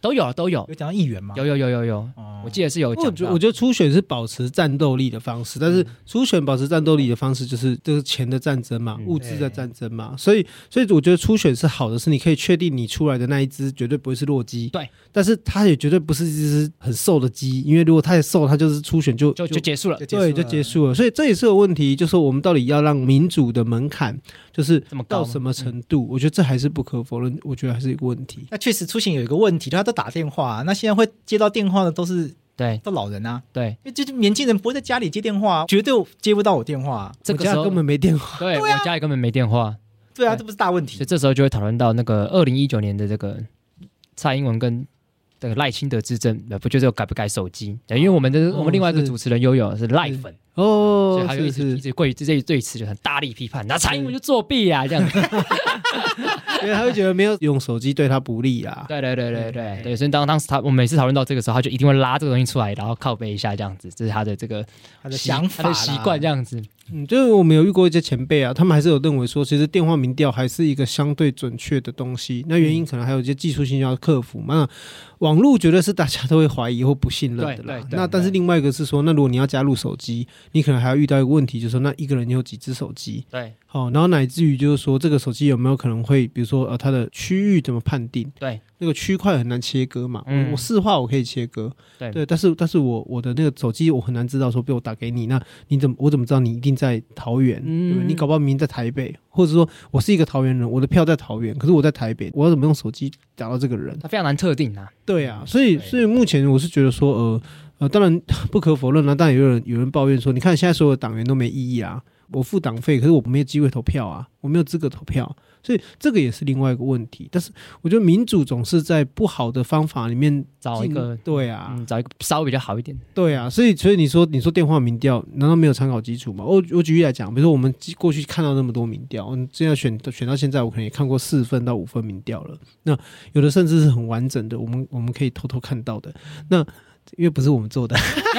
[SPEAKER 2] 都有啊都有
[SPEAKER 1] 有讲到议员吗？
[SPEAKER 2] 有有有有有，
[SPEAKER 1] 哦，
[SPEAKER 2] 我记得是有
[SPEAKER 3] 啊我
[SPEAKER 2] 讲啊
[SPEAKER 3] 觉
[SPEAKER 2] 到嗯
[SPEAKER 3] 我，觉得初选是保持战斗力的方式，但是初选保持战斗力的方式就是就是钱的战争嘛，
[SPEAKER 2] 嗯
[SPEAKER 3] 物资的战争嘛，所以所以我觉得初选是好的，是你可以确定你出来的那一只绝对不会是弱鸡，
[SPEAKER 2] 对，
[SPEAKER 3] 但是它也绝对不是一只很瘦的鸡，因为如果太瘦，它就是初选就
[SPEAKER 2] 就就结束了，
[SPEAKER 1] 束了
[SPEAKER 3] 对，就结。束了。所以这也是个问题，就是我们到底要让民主的门槛就是
[SPEAKER 2] 这么高
[SPEAKER 3] 到
[SPEAKER 2] 吗
[SPEAKER 3] 什么程度？我觉得这还是不可否认，我觉得还是一个问题。
[SPEAKER 1] 那确实出行有一个问题，他都打电话、啊那现在会接到电话的都是
[SPEAKER 2] 对
[SPEAKER 1] 都老人啊，
[SPEAKER 2] 对，
[SPEAKER 1] 因为就是年轻人不会在家里接电话、绝对接不到我电话啊、
[SPEAKER 2] 这
[SPEAKER 3] 我
[SPEAKER 2] 个
[SPEAKER 3] 家
[SPEAKER 2] 时候
[SPEAKER 3] 根本没啊电话，
[SPEAKER 2] 对我家里根本没电话，
[SPEAKER 1] 对啊，
[SPEAKER 2] 对
[SPEAKER 1] 这不是大问
[SPEAKER 2] 所以
[SPEAKER 1] 题。
[SPEAKER 2] 这时候就会讨论到那个二零一九年的这个蔡英文跟这个赖清德之争，呃不就是有改不改手机？对因为我们的、
[SPEAKER 3] 哦
[SPEAKER 2] 我们另外一个
[SPEAKER 3] 是
[SPEAKER 2] 主持人悠悠是赖粉，
[SPEAKER 3] 哦，
[SPEAKER 2] 所以他就一
[SPEAKER 3] 是
[SPEAKER 2] 直
[SPEAKER 3] 是
[SPEAKER 2] 一，直对这对此就很大力批判，那蔡英文就作弊啊，这样子。
[SPEAKER 3] 因为他会觉得没有用手机对他不利啊啦。
[SPEAKER 2] 对对对对对对，所以当当时他我们每次讨论到这个时候，他就一定会拉这个东西出来，然后靠背一下这样子，这是他的这个
[SPEAKER 1] 他的
[SPEAKER 2] 习
[SPEAKER 1] 想法
[SPEAKER 2] 他
[SPEAKER 1] 啦
[SPEAKER 2] 的习惯这样子。
[SPEAKER 3] 嗯，就是我们有遇过一些前辈啊，他们还是有认为说，其实电话民调还是一个相对准确的东西。那
[SPEAKER 2] 嗯
[SPEAKER 3] 原因可能还有一些技术性要克服嘛。那网络绝对是大家都会怀疑或不信任的
[SPEAKER 2] 对
[SPEAKER 3] 啦
[SPEAKER 2] 对。对
[SPEAKER 3] 那但是另外一个是说，那如果你要加入手机，你可能还要遇到一个问题，就是说那一个人有几只手机？
[SPEAKER 2] 对
[SPEAKER 3] 好、然后乃至于就是说，这个手机有没有可能会，比如说呃，它的区域怎么判定？
[SPEAKER 2] 对，
[SPEAKER 3] 那个区块很难切割嘛。
[SPEAKER 2] 嗯
[SPEAKER 3] 我我市话我可以切割，
[SPEAKER 2] 对
[SPEAKER 3] 对，但是但是我我的那个手机我很难知道说被我打给你，那你怎么我怎么知道你一定在桃园？
[SPEAKER 2] 嗯
[SPEAKER 3] 对不对你搞不好明明在台北，或者说我是一个桃园人，我的票在桃园，可是我在台北，我要怎么用手机打到这个人？
[SPEAKER 2] 他非常难特定啊。
[SPEAKER 3] 对啊，所以
[SPEAKER 2] 对
[SPEAKER 3] 所以目前我是觉得说，呃呃，当然不可否认啦、当然有人有人抱怨说，你看现在所有党员都没意义啊，我付党费，可是我没有机会投票啊，我没有资格投票，所以这个也是另外一个问题。但是我觉得民主总是在不好的方法里面
[SPEAKER 2] 找一
[SPEAKER 3] 进
[SPEAKER 2] 个
[SPEAKER 3] 对啊，
[SPEAKER 2] 嗯，找一个稍微比较好一点。
[SPEAKER 3] 对啊，所以所以你说你说电话民调难道没有参考基础吗？我我举例来讲，比如说我们过去看到那么多民调，嗯，这样选选到现在，我可能也看过四份到五份民调了。那有的甚至是很完整的，我们我们可以偷偷看到的。那因为不是我们做的，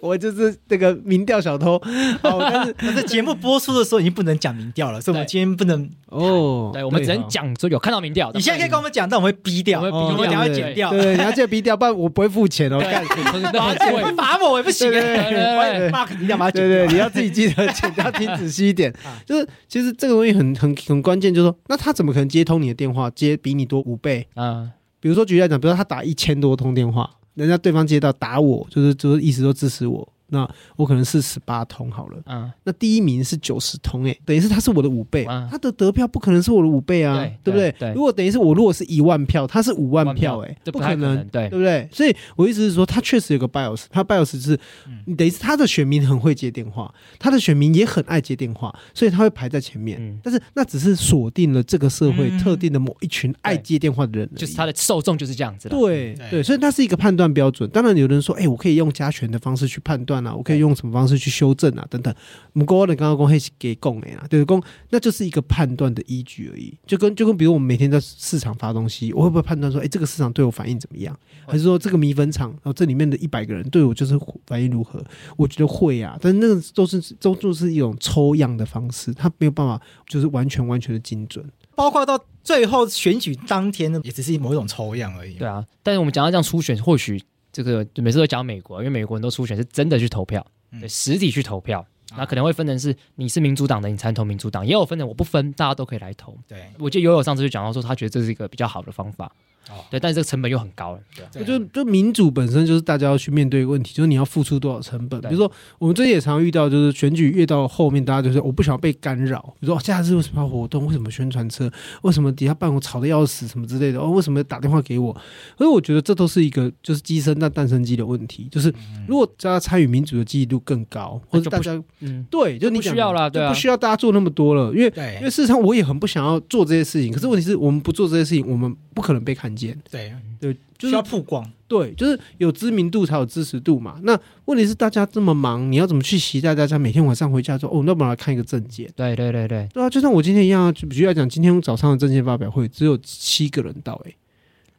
[SPEAKER 3] 我就是那个民调小偷。哦，但是
[SPEAKER 1] 那在节目播出的时候已经不能讲民调了，所以我们
[SPEAKER 2] 对
[SPEAKER 1] 今天不能。
[SPEAKER 3] 哦，
[SPEAKER 2] 对，我们只
[SPEAKER 3] 哈
[SPEAKER 2] 能。讲说有看到民调，
[SPEAKER 1] 你现在可以跟我们讲，但我们会逼掉，
[SPEAKER 2] 我们会逼
[SPEAKER 1] 等下会
[SPEAKER 2] 掉
[SPEAKER 1] 剪掉。
[SPEAKER 3] 哦对，你要记得逼掉，不然我不会付钱哦。
[SPEAKER 2] 对
[SPEAKER 3] 干
[SPEAKER 2] 那很贵
[SPEAKER 1] 对，哎罚我也不行，哎
[SPEAKER 3] 对对
[SPEAKER 2] 对对
[SPEAKER 1] 我也骂肯定要把它剪
[SPEAKER 3] 对对，
[SPEAKER 1] 掉。
[SPEAKER 3] 你要自己记得剪掉，听仔细一点。就是其实这个东西很很很关键，就是说，那他怎么可能接通你的电话，接比你多五倍？
[SPEAKER 2] 嗯，
[SPEAKER 3] 比如说举例来讲，比如说他打一千多通电话，人家对方接到打我，就是就是意思都支持我，那我可能是十八通好了。
[SPEAKER 2] 嗯，
[SPEAKER 3] 那第一名是九十通、欸，等于是他是我的五倍，
[SPEAKER 2] 哇
[SPEAKER 3] 他的得票不可能是我的五倍啊，
[SPEAKER 2] 对
[SPEAKER 3] 不对？
[SPEAKER 2] 对对
[SPEAKER 3] 如果等于是我如果是一万票，他是五万票、欸，
[SPEAKER 2] 这
[SPEAKER 3] 不
[SPEAKER 2] 不太可
[SPEAKER 3] 能，
[SPEAKER 2] 能，对
[SPEAKER 3] 对不对？所以我意思是说，他确实有个 bias，他 bias 是，
[SPEAKER 2] 嗯
[SPEAKER 3] 你等于是他的选民很会接电话，他的选民也很爱接电话，所以他会排在前面。
[SPEAKER 2] 嗯
[SPEAKER 3] 但是那只是锁定了这个社会
[SPEAKER 1] 嗯
[SPEAKER 3] 特定的某一群爱
[SPEAKER 2] 对
[SPEAKER 3] 接电话的人而已，
[SPEAKER 2] 就是他的受众就是这样子的。
[SPEAKER 3] 对
[SPEAKER 1] 对
[SPEAKER 3] 对，所以它是一个判断标准。当然，有人说，哎、我可以用加权的方式去判断啊，我可以用什么方式去修正啊，等等。我们国的刚刚公会给供哎啦，对供，那就是一个判断的依据而已。就跟就跟比如我们每天在市场发东西，我会不会判断说，哎、这个市场对我反应怎么样？还是说这个米粉厂，然后这里面的一百个人对我就是反应如何？我觉得会啊，但是那个都是都就是一种抽样的方式，它没有办法就是完全完全的精准。
[SPEAKER 1] 包括到最后选举当天呢，也只是某一种抽样而已。
[SPEAKER 2] 对啊，但是我们讲到这样初选，或许这个就每次都讲美国，因为美国很多初选是真的去投票，
[SPEAKER 1] 嗯
[SPEAKER 2] 对，实体去投票。那可能会分成是你是民主党的，你才能投民主党，也有分成我不分，大家都可以来投。
[SPEAKER 1] 对，
[SPEAKER 2] 我记得友友上次就讲到说，他觉得这是一个比较好的方法，
[SPEAKER 1] 哦
[SPEAKER 2] 对，但是这个成本又很高了，对啊
[SPEAKER 1] 对
[SPEAKER 3] 我觉得就民主本身就是大家要去面对一个问题，就是你要付出多少成本。比
[SPEAKER 2] 对
[SPEAKER 3] 如说，我们最近也常遇到，就是选举越到后面，大家就是我不想被干扰。比如说，哦下次为什么要活动？为什么宣传车？为什么底下办我吵得要死？什么之类的？哦，为什么打电话给我？所以我觉得这都是一个就是鸡生蛋，蛋生鸡的问题。就是如果大家参与民主的积极度更高，或
[SPEAKER 2] 嗯那
[SPEAKER 3] 者
[SPEAKER 2] 就
[SPEAKER 3] 大
[SPEAKER 2] 不
[SPEAKER 3] 家
[SPEAKER 2] 嗯，
[SPEAKER 3] 对，就你
[SPEAKER 2] 不需
[SPEAKER 3] 讲的
[SPEAKER 2] 要啦
[SPEAKER 3] 就
[SPEAKER 2] 对啊
[SPEAKER 3] 不需要大家做那么多了，因为
[SPEAKER 1] 对
[SPEAKER 3] 因为事实上我也很不想要做这些事情。可是问题是我们不做这些事情，我们不可能被看见。
[SPEAKER 1] 对，
[SPEAKER 2] 嗯
[SPEAKER 3] 对，就
[SPEAKER 1] 需
[SPEAKER 3] 是
[SPEAKER 1] 要曝光。
[SPEAKER 3] 对，就是有知名度才有支持度嘛。那问题是大家这么忙，你要怎么去期待大家每天晚上回家说哦，那我们来看一个证件？
[SPEAKER 2] 对对对对，
[SPEAKER 3] 对啊，就像我今天一样啊，就举例来讲，今天早上的证件发表会只有七个人到、欸，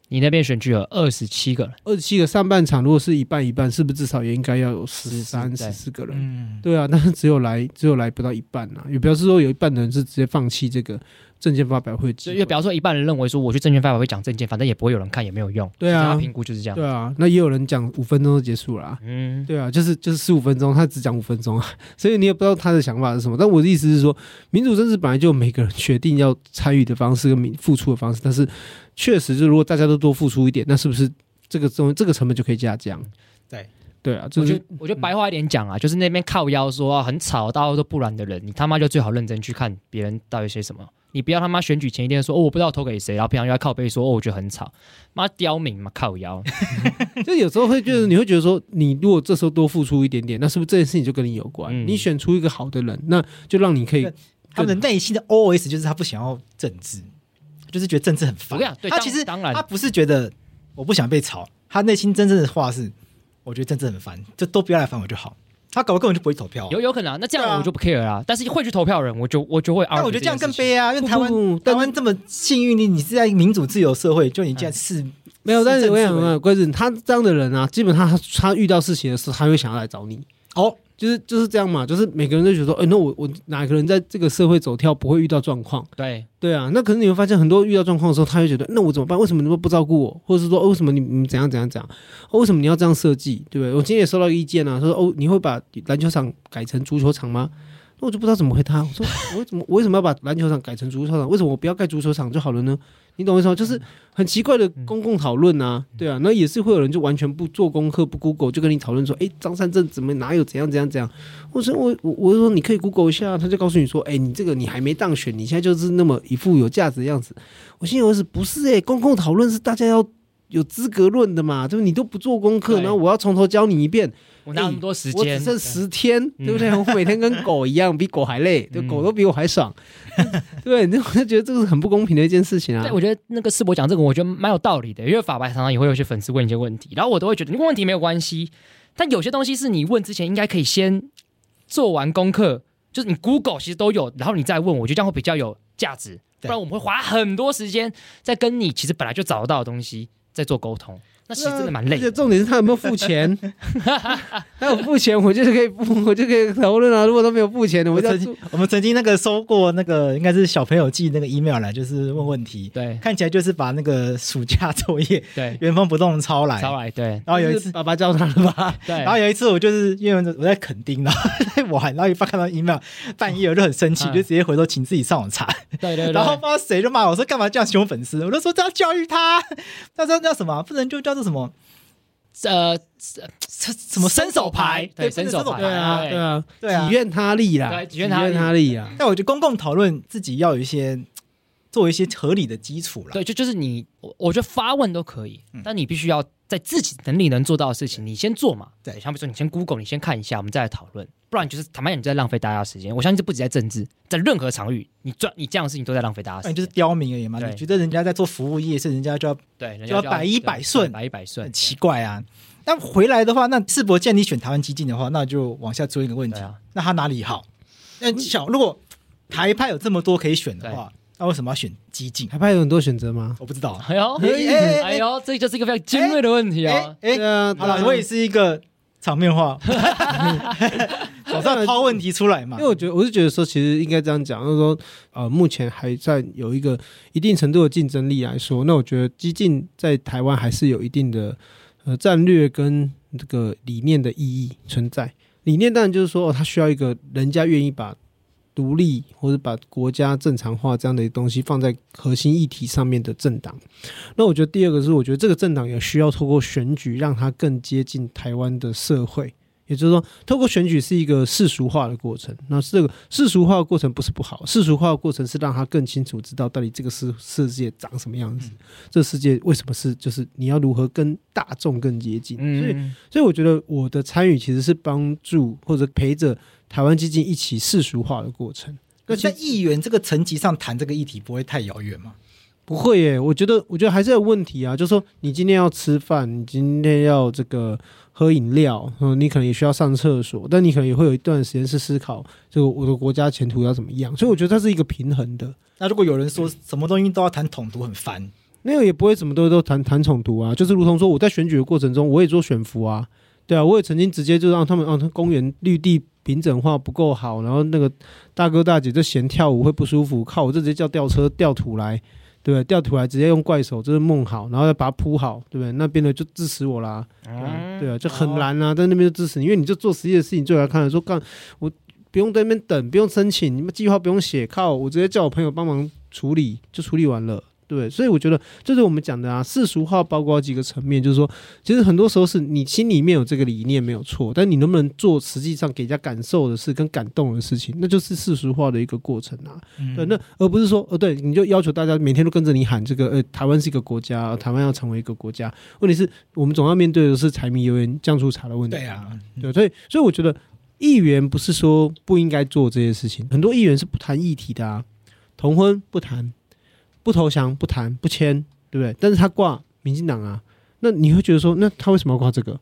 [SPEAKER 2] 你那边选举有二十七个人，
[SPEAKER 3] 二十七个上半场，如果是一半一半，是不是至少也应该要有十三、
[SPEAKER 2] 对
[SPEAKER 3] 十四个人？
[SPEAKER 1] 嗯，
[SPEAKER 3] 对啊，但是只有来只有来不到一半啊，也表示说有一半的人是直接放弃这个证件发表会的机
[SPEAKER 2] 就
[SPEAKER 3] 会，
[SPEAKER 2] 因为比方说一半人认为说我去证券发表会讲证件，反正也不会有人看，也没有用。
[SPEAKER 3] 对啊
[SPEAKER 2] 他评估就是这样。
[SPEAKER 3] 对啊，那也有人讲五分钟就结束了、啊，
[SPEAKER 2] 嗯，
[SPEAKER 3] 对啊，就是就是十五分钟，他只讲五分钟啊，所以你也不知道他的想法是什么。但我的意思是说，民主政治本来就有每个人决定要参与的方式跟民付出的方式，但是确实，就如果大家都多付出一点，那是不是这个东这个成本就可以下降？
[SPEAKER 1] 对，
[SPEAKER 3] 对啊，就
[SPEAKER 2] 我觉
[SPEAKER 3] 是
[SPEAKER 2] 得我觉得白话一点讲啊，就是那边靠腰说、啊很吵，大家都不然的人，你他妈就最好认真去看别人到底写什么。你不要他妈选举前一天说哦我不知道投给谁，然后平常又要靠背说哦我觉得很吵，妈刁民嘛靠腰。
[SPEAKER 3] 哦就有时候会觉得你会觉得说，你如果这时候多付出一点点，那是不是这件事情就跟你有关？
[SPEAKER 2] 嗯
[SPEAKER 3] 你选出一个好的人，那就让你可以
[SPEAKER 1] 对他们的内心的 OS 就是他不想要政治，就是觉得政治很
[SPEAKER 2] 我
[SPEAKER 1] 烦
[SPEAKER 2] 跟你。讲，对，
[SPEAKER 1] 他
[SPEAKER 2] 当
[SPEAKER 1] 其实
[SPEAKER 2] 当然
[SPEAKER 1] 他不是觉得我不想被吵，他内心真正的话是，我觉得政治很烦，就都不要来烦我就好。他搞不好根本就不会投票、啊。
[SPEAKER 2] 有有可能啊，那这
[SPEAKER 3] 对啊
[SPEAKER 2] 样我就不 care 啦。但是会去投票的人，我就我就会。
[SPEAKER 1] 但我觉得这样更。悲啊，因为台湾
[SPEAKER 3] 不不不
[SPEAKER 1] 台
[SPEAKER 3] 但
[SPEAKER 1] 湾这么幸运，你你是在民主自由社会，就你竟然是
[SPEAKER 3] 没有，但是我
[SPEAKER 1] 是
[SPEAKER 3] 想
[SPEAKER 1] 政治
[SPEAKER 3] 问，关键他这样的人啊，基本上他他遇到事情的时候，他会想要来找你。
[SPEAKER 1] 哦，
[SPEAKER 3] 就是就是这样嘛，就是每个人都觉得说，哎、那我我哪个人在这个社会走跳不会遇到状况？
[SPEAKER 2] 对，
[SPEAKER 3] 对啊，那可是你会发现很多遇到状况的时候，他会觉得，那我怎么办？为什么你们不照顾我？或者是说，哦，为什么你你怎样怎样怎样？哦，为什么你要这样设计？对不对？我今天也收到一个意见啊，说哦，你会把篮球场改成足球场吗？那我就不知道怎么回他。我说 我为什么我为什么要把篮球场改成足球场？为什么我不要盖足球场就好了呢？你懂我意思吗？就是很奇怪的公共讨论啊，对啊，那也是会有人就完全不做功课，不 Google 就跟你讨论说，哎，张善政怎么哪有怎样怎样怎样？我说我我我就说你可以 Google 一下，他就告诉你说，哎，你这个你还没当选，你现在就是那么一副有价值的样子。我心里有是不是哎、公共讨论是大家要有资格论的嘛，就是你都不做功课，
[SPEAKER 2] 对
[SPEAKER 3] 然后我要从头教你一遍，
[SPEAKER 2] 我哪有那么多时
[SPEAKER 3] 哎我只
[SPEAKER 2] 间？
[SPEAKER 3] 剩十天，对不对？我每天跟狗一样，比狗还累，对，
[SPEAKER 2] 嗯
[SPEAKER 3] 狗都比我还爽，对，那我就觉得这个是很不公平的一件事情啊
[SPEAKER 2] 对，。我觉得那个世博讲这个，我觉得蛮有道理的，因为法白常常也会有一些粉丝问一些问题，然后我都会觉得你问问题没有关系，但有些东西是你问之前应该可以先做完功课，就是你 Google 其实都有，然后你再问，我觉得这样会比较有价值，
[SPEAKER 1] 对
[SPEAKER 2] 不然我们会花很多时间在跟你其实本来就找得到的东西在做沟通，那其实真的蛮累
[SPEAKER 3] 而且
[SPEAKER 2] 的。
[SPEAKER 3] 重点是他有没有付钱，他有付钱，我就是可以付，我就可以讨论啊。如果都没有付钱的，我
[SPEAKER 1] 我
[SPEAKER 3] 就要
[SPEAKER 1] 曾
[SPEAKER 3] 做
[SPEAKER 1] 经我们曾经那个收过那个应该是小朋友寄那个 email 来，就是问问题，
[SPEAKER 2] 对
[SPEAKER 1] 看起来就是把那个暑假作业
[SPEAKER 2] 对，
[SPEAKER 1] 原封不动抄来。
[SPEAKER 2] 超来对
[SPEAKER 1] 然后哦有一
[SPEAKER 3] 就
[SPEAKER 1] 次
[SPEAKER 3] 是，爸爸教他啊了吧？
[SPEAKER 2] 对，
[SPEAKER 1] 然后有一次我就是因为我在垦丁，然后在玩，然后一发看到 email，半夜我就很生气，
[SPEAKER 2] 嗯
[SPEAKER 1] 就直接回头请自己上网查。
[SPEAKER 2] 对对对，
[SPEAKER 1] 然后不知道谁就骂我说干嘛这样凶粉丝，我就说这要教育他，他说叫什么，不能就叫做什么
[SPEAKER 2] 呃
[SPEAKER 1] 什么
[SPEAKER 2] 伸手牌
[SPEAKER 1] 对，
[SPEAKER 2] 对
[SPEAKER 1] 不能
[SPEAKER 2] 伸手牌
[SPEAKER 1] 牌
[SPEAKER 3] 对啊，
[SPEAKER 2] 哎
[SPEAKER 3] 对啊，
[SPEAKER 1] 对啊
[SPEAKER 3] 己愿他利啦，
[SPEAKER 2] 对己愿他利
[SPEAKER 3] 利啊。
[SPEAKER 1] 但我觉得公共讨论自己要有一些做一些合理的基础啦。
[SPEAKER 2] 对，就就是你，我我觉得发问都可以，但你必须要在自己能力能做到的事情，你先做嘛。
[SPEAKER 1] 嗯对
[SPEAKER 2] 像比如说你先 Google，你先看一下，我们再来讨论。不然就是坦白讲，你在浪费大家的时间。我相信这不止在政治，在任何场域，你赚你这样的事情都在浪费大家的
[SPEAKER 1] 那
[SPEAKER 2] 时
[SPEAKER 1] 你哎就
[SPEAKER 2] 间。
[SPEAKER 1] 是刁民而已嘛，
[SPEAKER 2] 对
[SPEAKER 1] 你觉得人家在做服务业是人家就要
[SPEAKER 2] 对，人
[SPEAKER 1] 就
[SPEAKER 2] 家
[SPEAKER 1] 要百依百顺
[SPEAKER 2] 百依百顺
[SPEAKER 1] 很。奇怪啊。但回来的话，那世博建立选台湾激进的话，那就往下追一个问题，
[SPEAKER 2] 对啊
[SPEAKER 1] 那他哪里好？那小如果台派有这么多可以选的话，那为什么要选激进？
[SPEAKER 3] 台派有很多选择吗？
[SPEAKER 1] 我不知道啊。
[SPEAKER 2] 哎呦，
[SPEAKER 1] 哎哎哎
[SPEAKER 2] 哎呦，这就是一个非常尖锐的问题
[SPEAKER 1] 哎
[SPEAKER 2] 哦。
[SPEAKER 1] 哎
[SPEAKER 3] 对，啊，
[SPEAKER 1] 好
[SPEAKER 3] 对
[SPEAKER 1] 了，
[SPEAKER 3] 啊
[SPEAKER 1] 我也是一个场面 话，总是要抛问题出来嘛
[SPEAKER 3] 因为。我觉得，我是觉得说，其实应该这样讲，就是说，呃，目前还在有一个一定程度的竞争力来说，那我觉得激进在台湾还是有一定的呃战略跟这个理念的意义存在。理念当然就是说，哦、它需要一个人家愿意把独立或者把国家正常化这样的东西放在核心议题上面的政党。那我觉得第二个是，我觉得这个政党也需要透过选举让它更接近台湾的社会。 也就是说，透过选举是一个世俗化的过程。那这个世俗化的过程不是不好，世俗化的过程是让他更清楚知道到底这个世世界长什么样子，这世界为什么是就是你要如何跟大众更接近。所以
[SPEAKER 2] 嗯，
[SPEAKER 3] 所以我觉得我的参与其实是帮助或者陪着台湾基金一起世俗化的过程。
[SPEAKER 1] 那
[SPEAKER 3] 那
[SPEAKER 1] 在
[SPEAKER 3] 其
[SPEAKER 1] 议员这个层级上谈这个议题，不会太遥远嘛？
[SPEAKER 3] 不会耶，我觉得我觉得还是有问题啊，就是说你今天要吃饭，你今天要这个喝饮料，嗯，你可能也需要上厕所，但你可能也会有一段时间是思考，就我的国家前途要怎么样。所以我觉得它是一个平衡的，
[SPEAKER 1] 那如果有人说什么东西都要谈统独很烦，
[SPEAKER 3] 那个也不会什么都都谈谈宠毒啊，就是如同说我在选举的过程中，我也做选服啊，对啊，我也曾经直接就让他们，哦，他公园绿地平整化不够好，然后那个大哥大姐就嫌跳舞会不舒服，靠，我就直接叫吊车吊土来，对不对？吊土来直接用怪手，就是弄好，然后再把它铺好，对不对？那边的就支持我啦，对啊，就很难啊，在那边就支持你，因为你就做实际的事情，最来看来说干，我不用在那边等，不用申请，你们计划不用写，靠，我直接叫我朋友帮忙处理，就处理完了。对，所以我觉得这是我们讲的啊，世俗化包括几个层面，就是说，其实很多时候是你心里面有这个理念没有错，但你能不能做实际上给人家感受的事跟感动的事情，那就是世俗化的一个过程啊。
[SPEAKER 1] 嗯
[SPEAKER 3] 对，那而不是说，呃，对，你就要求大家每天都跟着你喊这个，呃，台湾是一个国家，呃台湾要成为一个国家。问题是我们总要面对的是柴米油盐酱醋茶的问题。
[SPEAKER 1] 对啊，
[SPEAKER 3] 对，所以所以我觉得议员不是说不应该做这些事情，很多议员是不谈议题的啊，同婚不谈，不投降不谈，不签，对不对？但是他挂民进党啊，那你会觉得说，那他为什么要挂这个？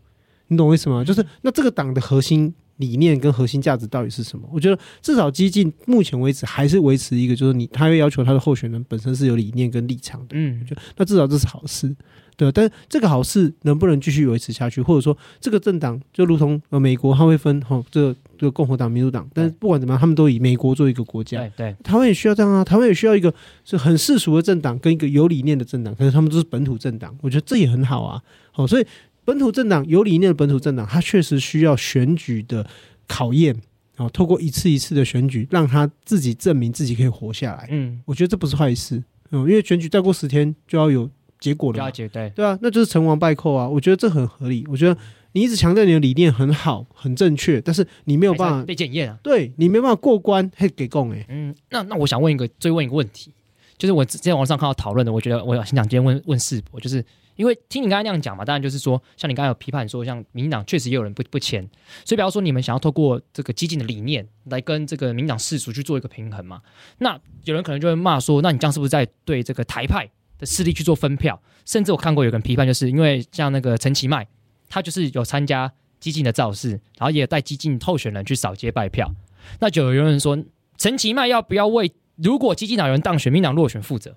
[SPEAKER 3] 你懂我意思吗？就是那这个党的核心理念跟核心价值到底是什么？我觉得至少激进目前为止还是维持一个，就是你他会要求他的候选人本身是有理念跟立场的，
[SPEAKER 2] 嗯，
[SPEAKER 3] 那至少这是好事。对，啊但这个好事能不能继续维持下去，或者说这个政党就如同呃美国，它会分哈、哦，这个这个共和党、民主党，但是不管怎么样，他们都以美国作为一个国家，
[SPEAKER 2] 对对，
[SPEAKER 3] 台湾也需要这样啊，台湾也需要一个是很世俗的政党跟一个有理念的政党，可是他们都是本土政党，我觉得这也很好啊。好、所以本土政党有理念的本土政党，它确实需要选举的考验，哦，透过一次一次的选举，让他自己证明自己可以活下来。
[SPEAKER 2] 嗯，
[SPEAKER 3] 我觉得这不是坏事，嗯，因为选举再过十天就要有结果了嘛
[SPEAKER 2] 了，解，对，
[SPEAKER 3] 对啊，那就是成王败寇啊。我觉得这很合理。我觉得你一直强调你的理念很好、很正确，但是你没
[SPEAKER 2] 没
[SPEAKER 3] 有办法，
[SPEAKER 2] 被检验啊。
[SPEAKER 3] 对你没办法过关，嘿，给供哎、
[SPEAKER 2] 嗯，那那我想问一个，追问一个问题，就是我之前网上看到讨论的，我觉得我想今天问问世博，就是因为听你刚才那样讲嘛，当然就是说，像你刚才有批判说，像民进党确实也有人不不签，所以比方说你们想要透过这个激进的理念来跟这个民进党世俗去做一个平衡嘛，那有人可能就会骂说，那你这样是不是在对这个台派的势力去做分票？甚至我看过有个人批判，就是因为像那个陈其迈，他就是有参加激进的造势，然后也带激进候选人去扫街拜票，那就有人说，陈其迈要不要为如果激进党有人当选，民进党落选负责？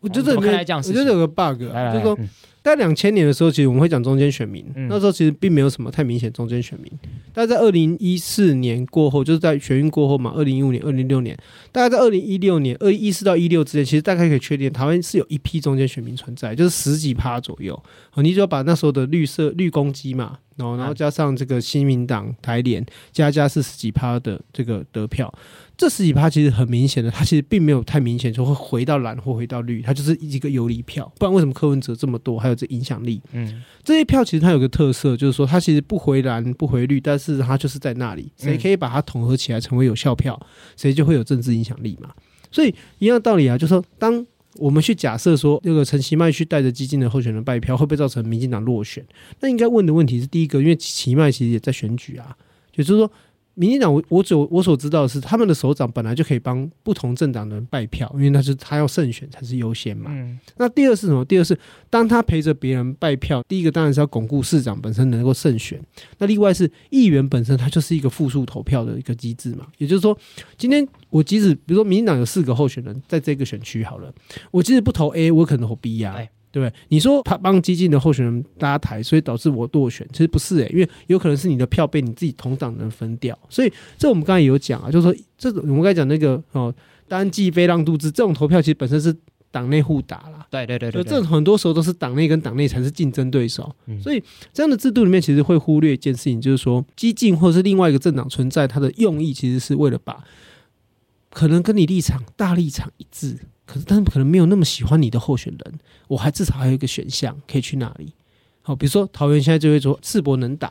[SPEAKER 3] 我觉
[SPEAKER 2] 我们
[SPEAKER 3] 得
[SPEAKER 2] 怎么
[SPEAKER 3] 里面
[SPEAKER 2] 看待这样的
[SPEAKER 3] 我
[SPEAKER 2] 事
[SPEAKER 3] 觉得
[SPEAKER 2] 情
[SPEAKER 3] 有个 bug，、
[SPEAKER 2] 来来
[SPEAKER 3] 啊、就是
[SPEAKER 2] 来，
[SPEAKER 3] 说
[SPEAKER 2] 嗯
[SPEAKER 3] 在两千年的时候，其实我们会讲中间选民，
[SPEAKER 2] 嗯
[SPEAKER 3] 那时候其实并没有什么太明显中间选民。但在二零一四年过后，就是在学运过后嘛，二零一五年、二零一六年，大概在二零一六年、二一四到一六之间，其实大概可以确定台湾是有一批中间选民存在，就是十几趴左右。哦，你只要把那时候的绿色绿公鸡嘛，然后然后加上这个新民党、台联，加加是十几趴的这个得票。这十几趴其实很明显的，它其实并没有太明显说会回到蓝或回到绿，它就是一个游离票。不然为什么柯文哲这么多，还有这影响力？
[SPEAKER 2] 嗯，
[SPEAKER 3] 这一票其实它有个特色，就是说它其实不回蓝不回绿，但是它就是在那里，谁可以把它统合起来成为有效票，谁就会有政治影响力嘛。所以一样道理啊，就是说，当我们去假设说那个陈其迈去带着激进的候选人拜票，会不会造成民进党落选？那应该问的问题是第一个，因为其迈其实也在选举啊，也就是说。民进党，我我所我所知道的是，他们的首长本来就可以帮不同政党的人拜票，因为那是他要胜选才是优先嘛。
[SPEAKER 2] 嗯
[SPEAKER 3] 那第二是什么？第二是当他陪着别人拜票，第一个当然是要巩固市长本身能够胜选。那另外是议员本身，它就是一个复数投票的一个机制嘛。也就是说，今天我即使比如说民进党有四个候选人在这个选区好了，我即使不投 A，我可能投 B 呀、
[SPEAKER 2] 哎
[SPEAKER 3] 对不对？你说他帮激进的候选人搭台，所以导致我落选，其实不是欸诶、因为有可能是你的票被你自己同党的人分掉。所以这我们刚才也有讲啊，就是说这种我们刚才讲那个哦单季非让渡制这种投票，其实本身是党内互打啦。
[SPEAKER 2] 对对对
[SPEAKER 3] 就
[SPEAKER 2] 对，
[SPEAKER 3] 这种很多时候都是党内跟党内才是竞争对手，
[SPEAKER 2] 嗯
[SPEAKER 3] 所以这样的制度里面其实会忽略一件事情，就是说激进或者是另外一个政党存在，它的用意其实是为了把可能跟你立场大立场一致，可是他们可能没有那么喜欢你的候选人，我还至少还有一个选项可以去哪里？好，比如说桃园现在就会说世博能打，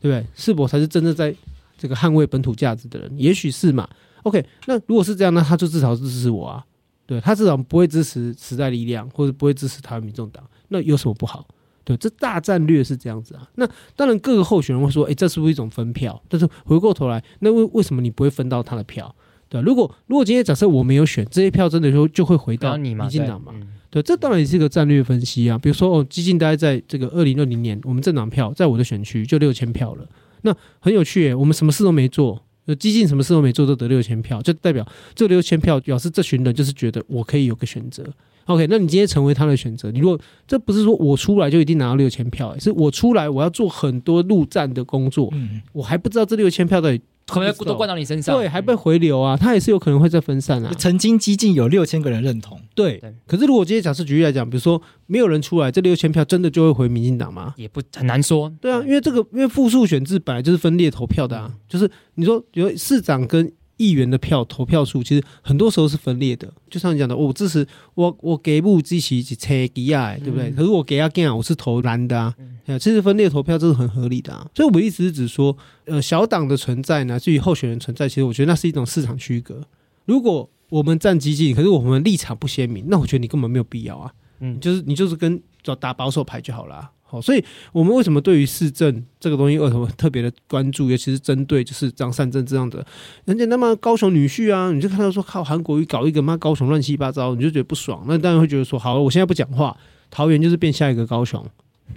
[SPEAKER 3] 对不对？世博才是真正在这个捍卫本土价值的人，也许是嘛。OK，那如果是这样，那他就至少支持我啊。对他至少不会支持时代力量，或者不会支持台湾民众党，那有什么不好？对，这大战略是这样子啊。那当然，各个候选人会说，诶，这是不是一种分票？但是回过头来，那为为什么你不会分到他的票？对吧，如果如果今天假设我没有选，这些票真的就就会回
[SPEAKER 2] 不要
[SPEAKER 3] 到
[SPEAKER 2] 你嘛，
[SPEAKER 3] 民进党嘛
[SPEAKER 2] 对？？嗯
[SPEAKER 3] 对，这当然也是一个战略分析啊。比如说，哦，激进大概在这个二零二零年，我们政党票在我的选区就六千票了，那很有趣耶。我们什么事都没做，就激进什么事都没做，都得六千票，就代表这六千票表示这群人就是觉得我可以有个选择。OK，那你今天成为他的选择，你如果这不是说我出来就一定拿到六千票耶，是我出来我要做很多陆战的工作，
[SPEAKER 1] 嗯，
[SPEAKER 3] 我还不知道这六千票到底
[SPEAKER 2] 可能都灌到你身上，嗯
[SPEAKER 3] 对还被回流啊，他也是有可能会再分散啊
[SPEAKER 1] 就。曾经激进有六千个人认同，
[SPEAKER 3] 对
[SPEAKER 2] 对，
[SPEAKER 3] 可是如果今天假设举例来讲，比如说没有人出来，这六千票真的就会回民进党吗？
[SPEAKER 2] 也不很难说，
[SPEAKER 3] 对啊，因为这个因为复数选制本来就是分裂投票
[SPEAKER 2] 嗯
[SPEAKER 3] 的啊，就是你说有市长跟议员的票投票数，其实很多时候是分裂的。就像你讲的，我支持我我给不支持是车吉亚，啊对不对？
[SPEAKER 2] 嗯
[SPEAKER 3] 可是我给阿干，我是投蓝的啊。
[SPEAKER 2] 嗯
[SPEAKER 3] 对啊，其实分裂投票这是很合理的啊。所以我一直是指说，呃，小党的存在呢，至于候选人存在，其实我觉得那是一种市场区隔。如果我们站激进，可是我们立场不鲜明，那我觉得你根本没有必要啊。你
[SPEAKER 2] 嗯，
[SPEAKER 3] 就是你就是跟找打保守牌就好啦。好，所以我们为什么对于市政这个东西为什么特别的关注，尤其是针对就是张善政这样的，人家那么高雄女婿啊，你就看到说靠韩国瑜搞一个妈高雄乱七八糟，你就觉得不爽，那当然会觉得 说好，我现在不讲话，桃园就是变下一个高雄，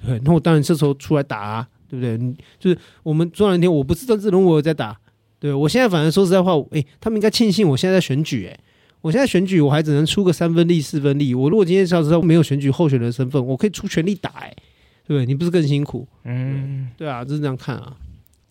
[SPEAKER 3] 对，那我当然这时候出来打啊，对不对？你就是我们说两天，我不是政治人物，我有在打。对我现在反正说实在话，我诶，他们应该庆幸我现在在选举，诶，我现在选举我还只能出个三分力、四分力。我如果今天小时候没有选举候选人身份，我可以出全力打，诶，对不对？你不是更辛苦？
[SPEAKER 2] 嗯，
[SPEAKER 3] 对啊，就是这样看啊。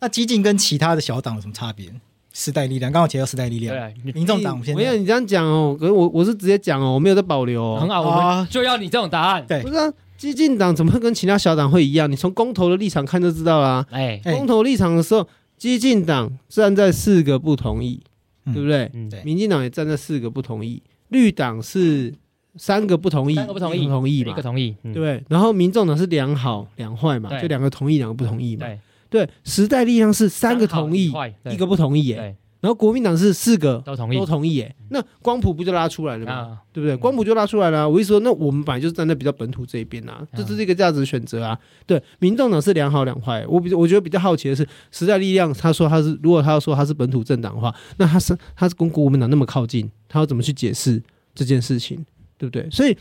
[SPEAKER 1] 那激进跟其他的小党有什么差别？时代力量，刚好提到时代力
[SPEAKER 2] 对
[SPEAKER 1] 量，
[SPEAKER 2] 啊，你
[SPEAKER 1] 民众党现
[SPEAKER 3] 哎我要
[SPEAKER 1] 在
[SPEAKER 3] 你这样讲哦，可是我我是直接讲哦，我没有在保留哦。
[SPEAKER 2] 很好，哎我
[SPEAKER 1] 啊
[SPEAKER 2] 们就要你这种答案。
[SPEAKER 1] 对
[SPEAKER 3] 不是啊，激进党怎么会跟其他小党会一样？你从公投的立场看就知道啦、
[SPEAKER 2] 哎，
[SPEAKER 1] 哎
[SPEAKER 3] 公投立场的时候，激进党站在四个不同意，
[SPEAKER 1] 嗯
[SPEAKER 3] 对不对？
[SPEAKER 2] 嗯，
[SPEAKER 1] 对
[SPEAKER 3] 民进党也站在四个不同意，绿党是三个不同意，
[SPEAKER 2] 三个不同意
[SPEAKER 3] 一同意
[SPEAKER 2] 一
[SPEAKER 3] 嘛
[SPEAKER 2] 个，同意，嗯
[SPEAKER 3] 对不对？然后民众党是两好两坏嘛，
[SPEAKER 2] 对
[SPEAKER 3] 就两个同意，两个不同意嘛。
[SPEAKER 2] 对，
[SPEAKER 3] 对，时代力量是三个
[SPEAKER 2] 好
[SPEAKER 3] 同意，
[SPEAKER 2] 坏对
[SPEAKER 3] 一个不同意耶。
[SPEAKER 2] 对
[SPEAKER 3] 然后国民党是四个
[SPEAKER 2] 都同意嗯
[SPEAKER 3] 都同意耶，那光谱不就拉出来了吗？
[SPEAKER 2] 啊，
[SPEAKER 3] 对不对？光谱就拉出来了啊。我一说，那我们本来就是站在比较本土这一边啊，
[SPEAKER 2] 嗯
[SPEAKER 3] 这这是一个价值选择啊。对，民众党是两好两坏。我比我觉得比较好奇的是，时代力量他说他是，如果他要说他是本土政党的话，那他是他是跟国民党那么靠近，他要怎么去解释这件事情，对不对？所以。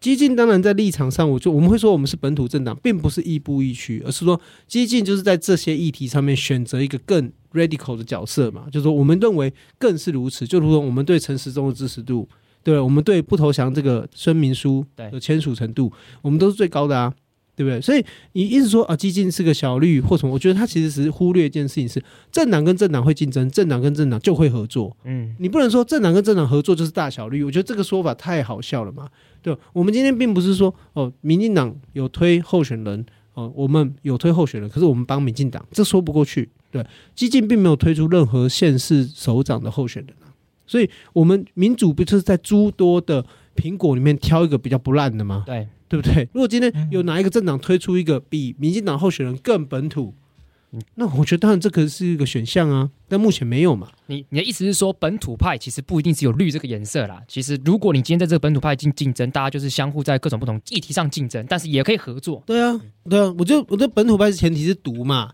[SPEAKER 3] 激进当然在立场上，我就我们会说我们是本土政党，并不是亦步亦趋，而是说激进就是在这些议题上面选择一个更 radical 的角色嘛，就是说我们认为更是如此，就如同我们对陈时中的支持度，对，我们对不投降这个声明书
[SPEAKER 2] 对
[SPEAKER 3] 的签署程度，我们都是最高的啊，对不对？所以你一直说啊，激进是个小绿或什么，我觉得他其实只是忽略一件事情是，政党跟政党会竞争，政党跟政党就会合作。
[SPEAKER 2] 嗯，
[SPEAKER 3] 你不能说政党跟政党合作就是大小绿，我觉得这个说法太好笑了嘛。对，我们今天并不是说哦，民进党有推候选人哦，我们有推候选人，可是我们帮民进党，这说不过去。对，激进并没有推出任何县市首长的候选人啊，所以我们民主不就是在诸多的苹果里面挑一个比较不烂的吗？
[SPEAKER 2] 对，
[SPEAKER 3] 对不对？如果今天有哪一个政党推出一个比民进党候选人更本土，那我觉得当然这可是一个选项啊，但目前没有嘛。
[SPEAKER 2] 你你的意思是说，本土派其实不一定只有绿这个颜色啦。其实，如果你今天在这个本土派竞竞争，大家就是相互在各种不同议题上竞争，但是也可以合作。嗯
[SPEAKER 3] 对啊，对啊，我就我的本土派是前提是独嘛，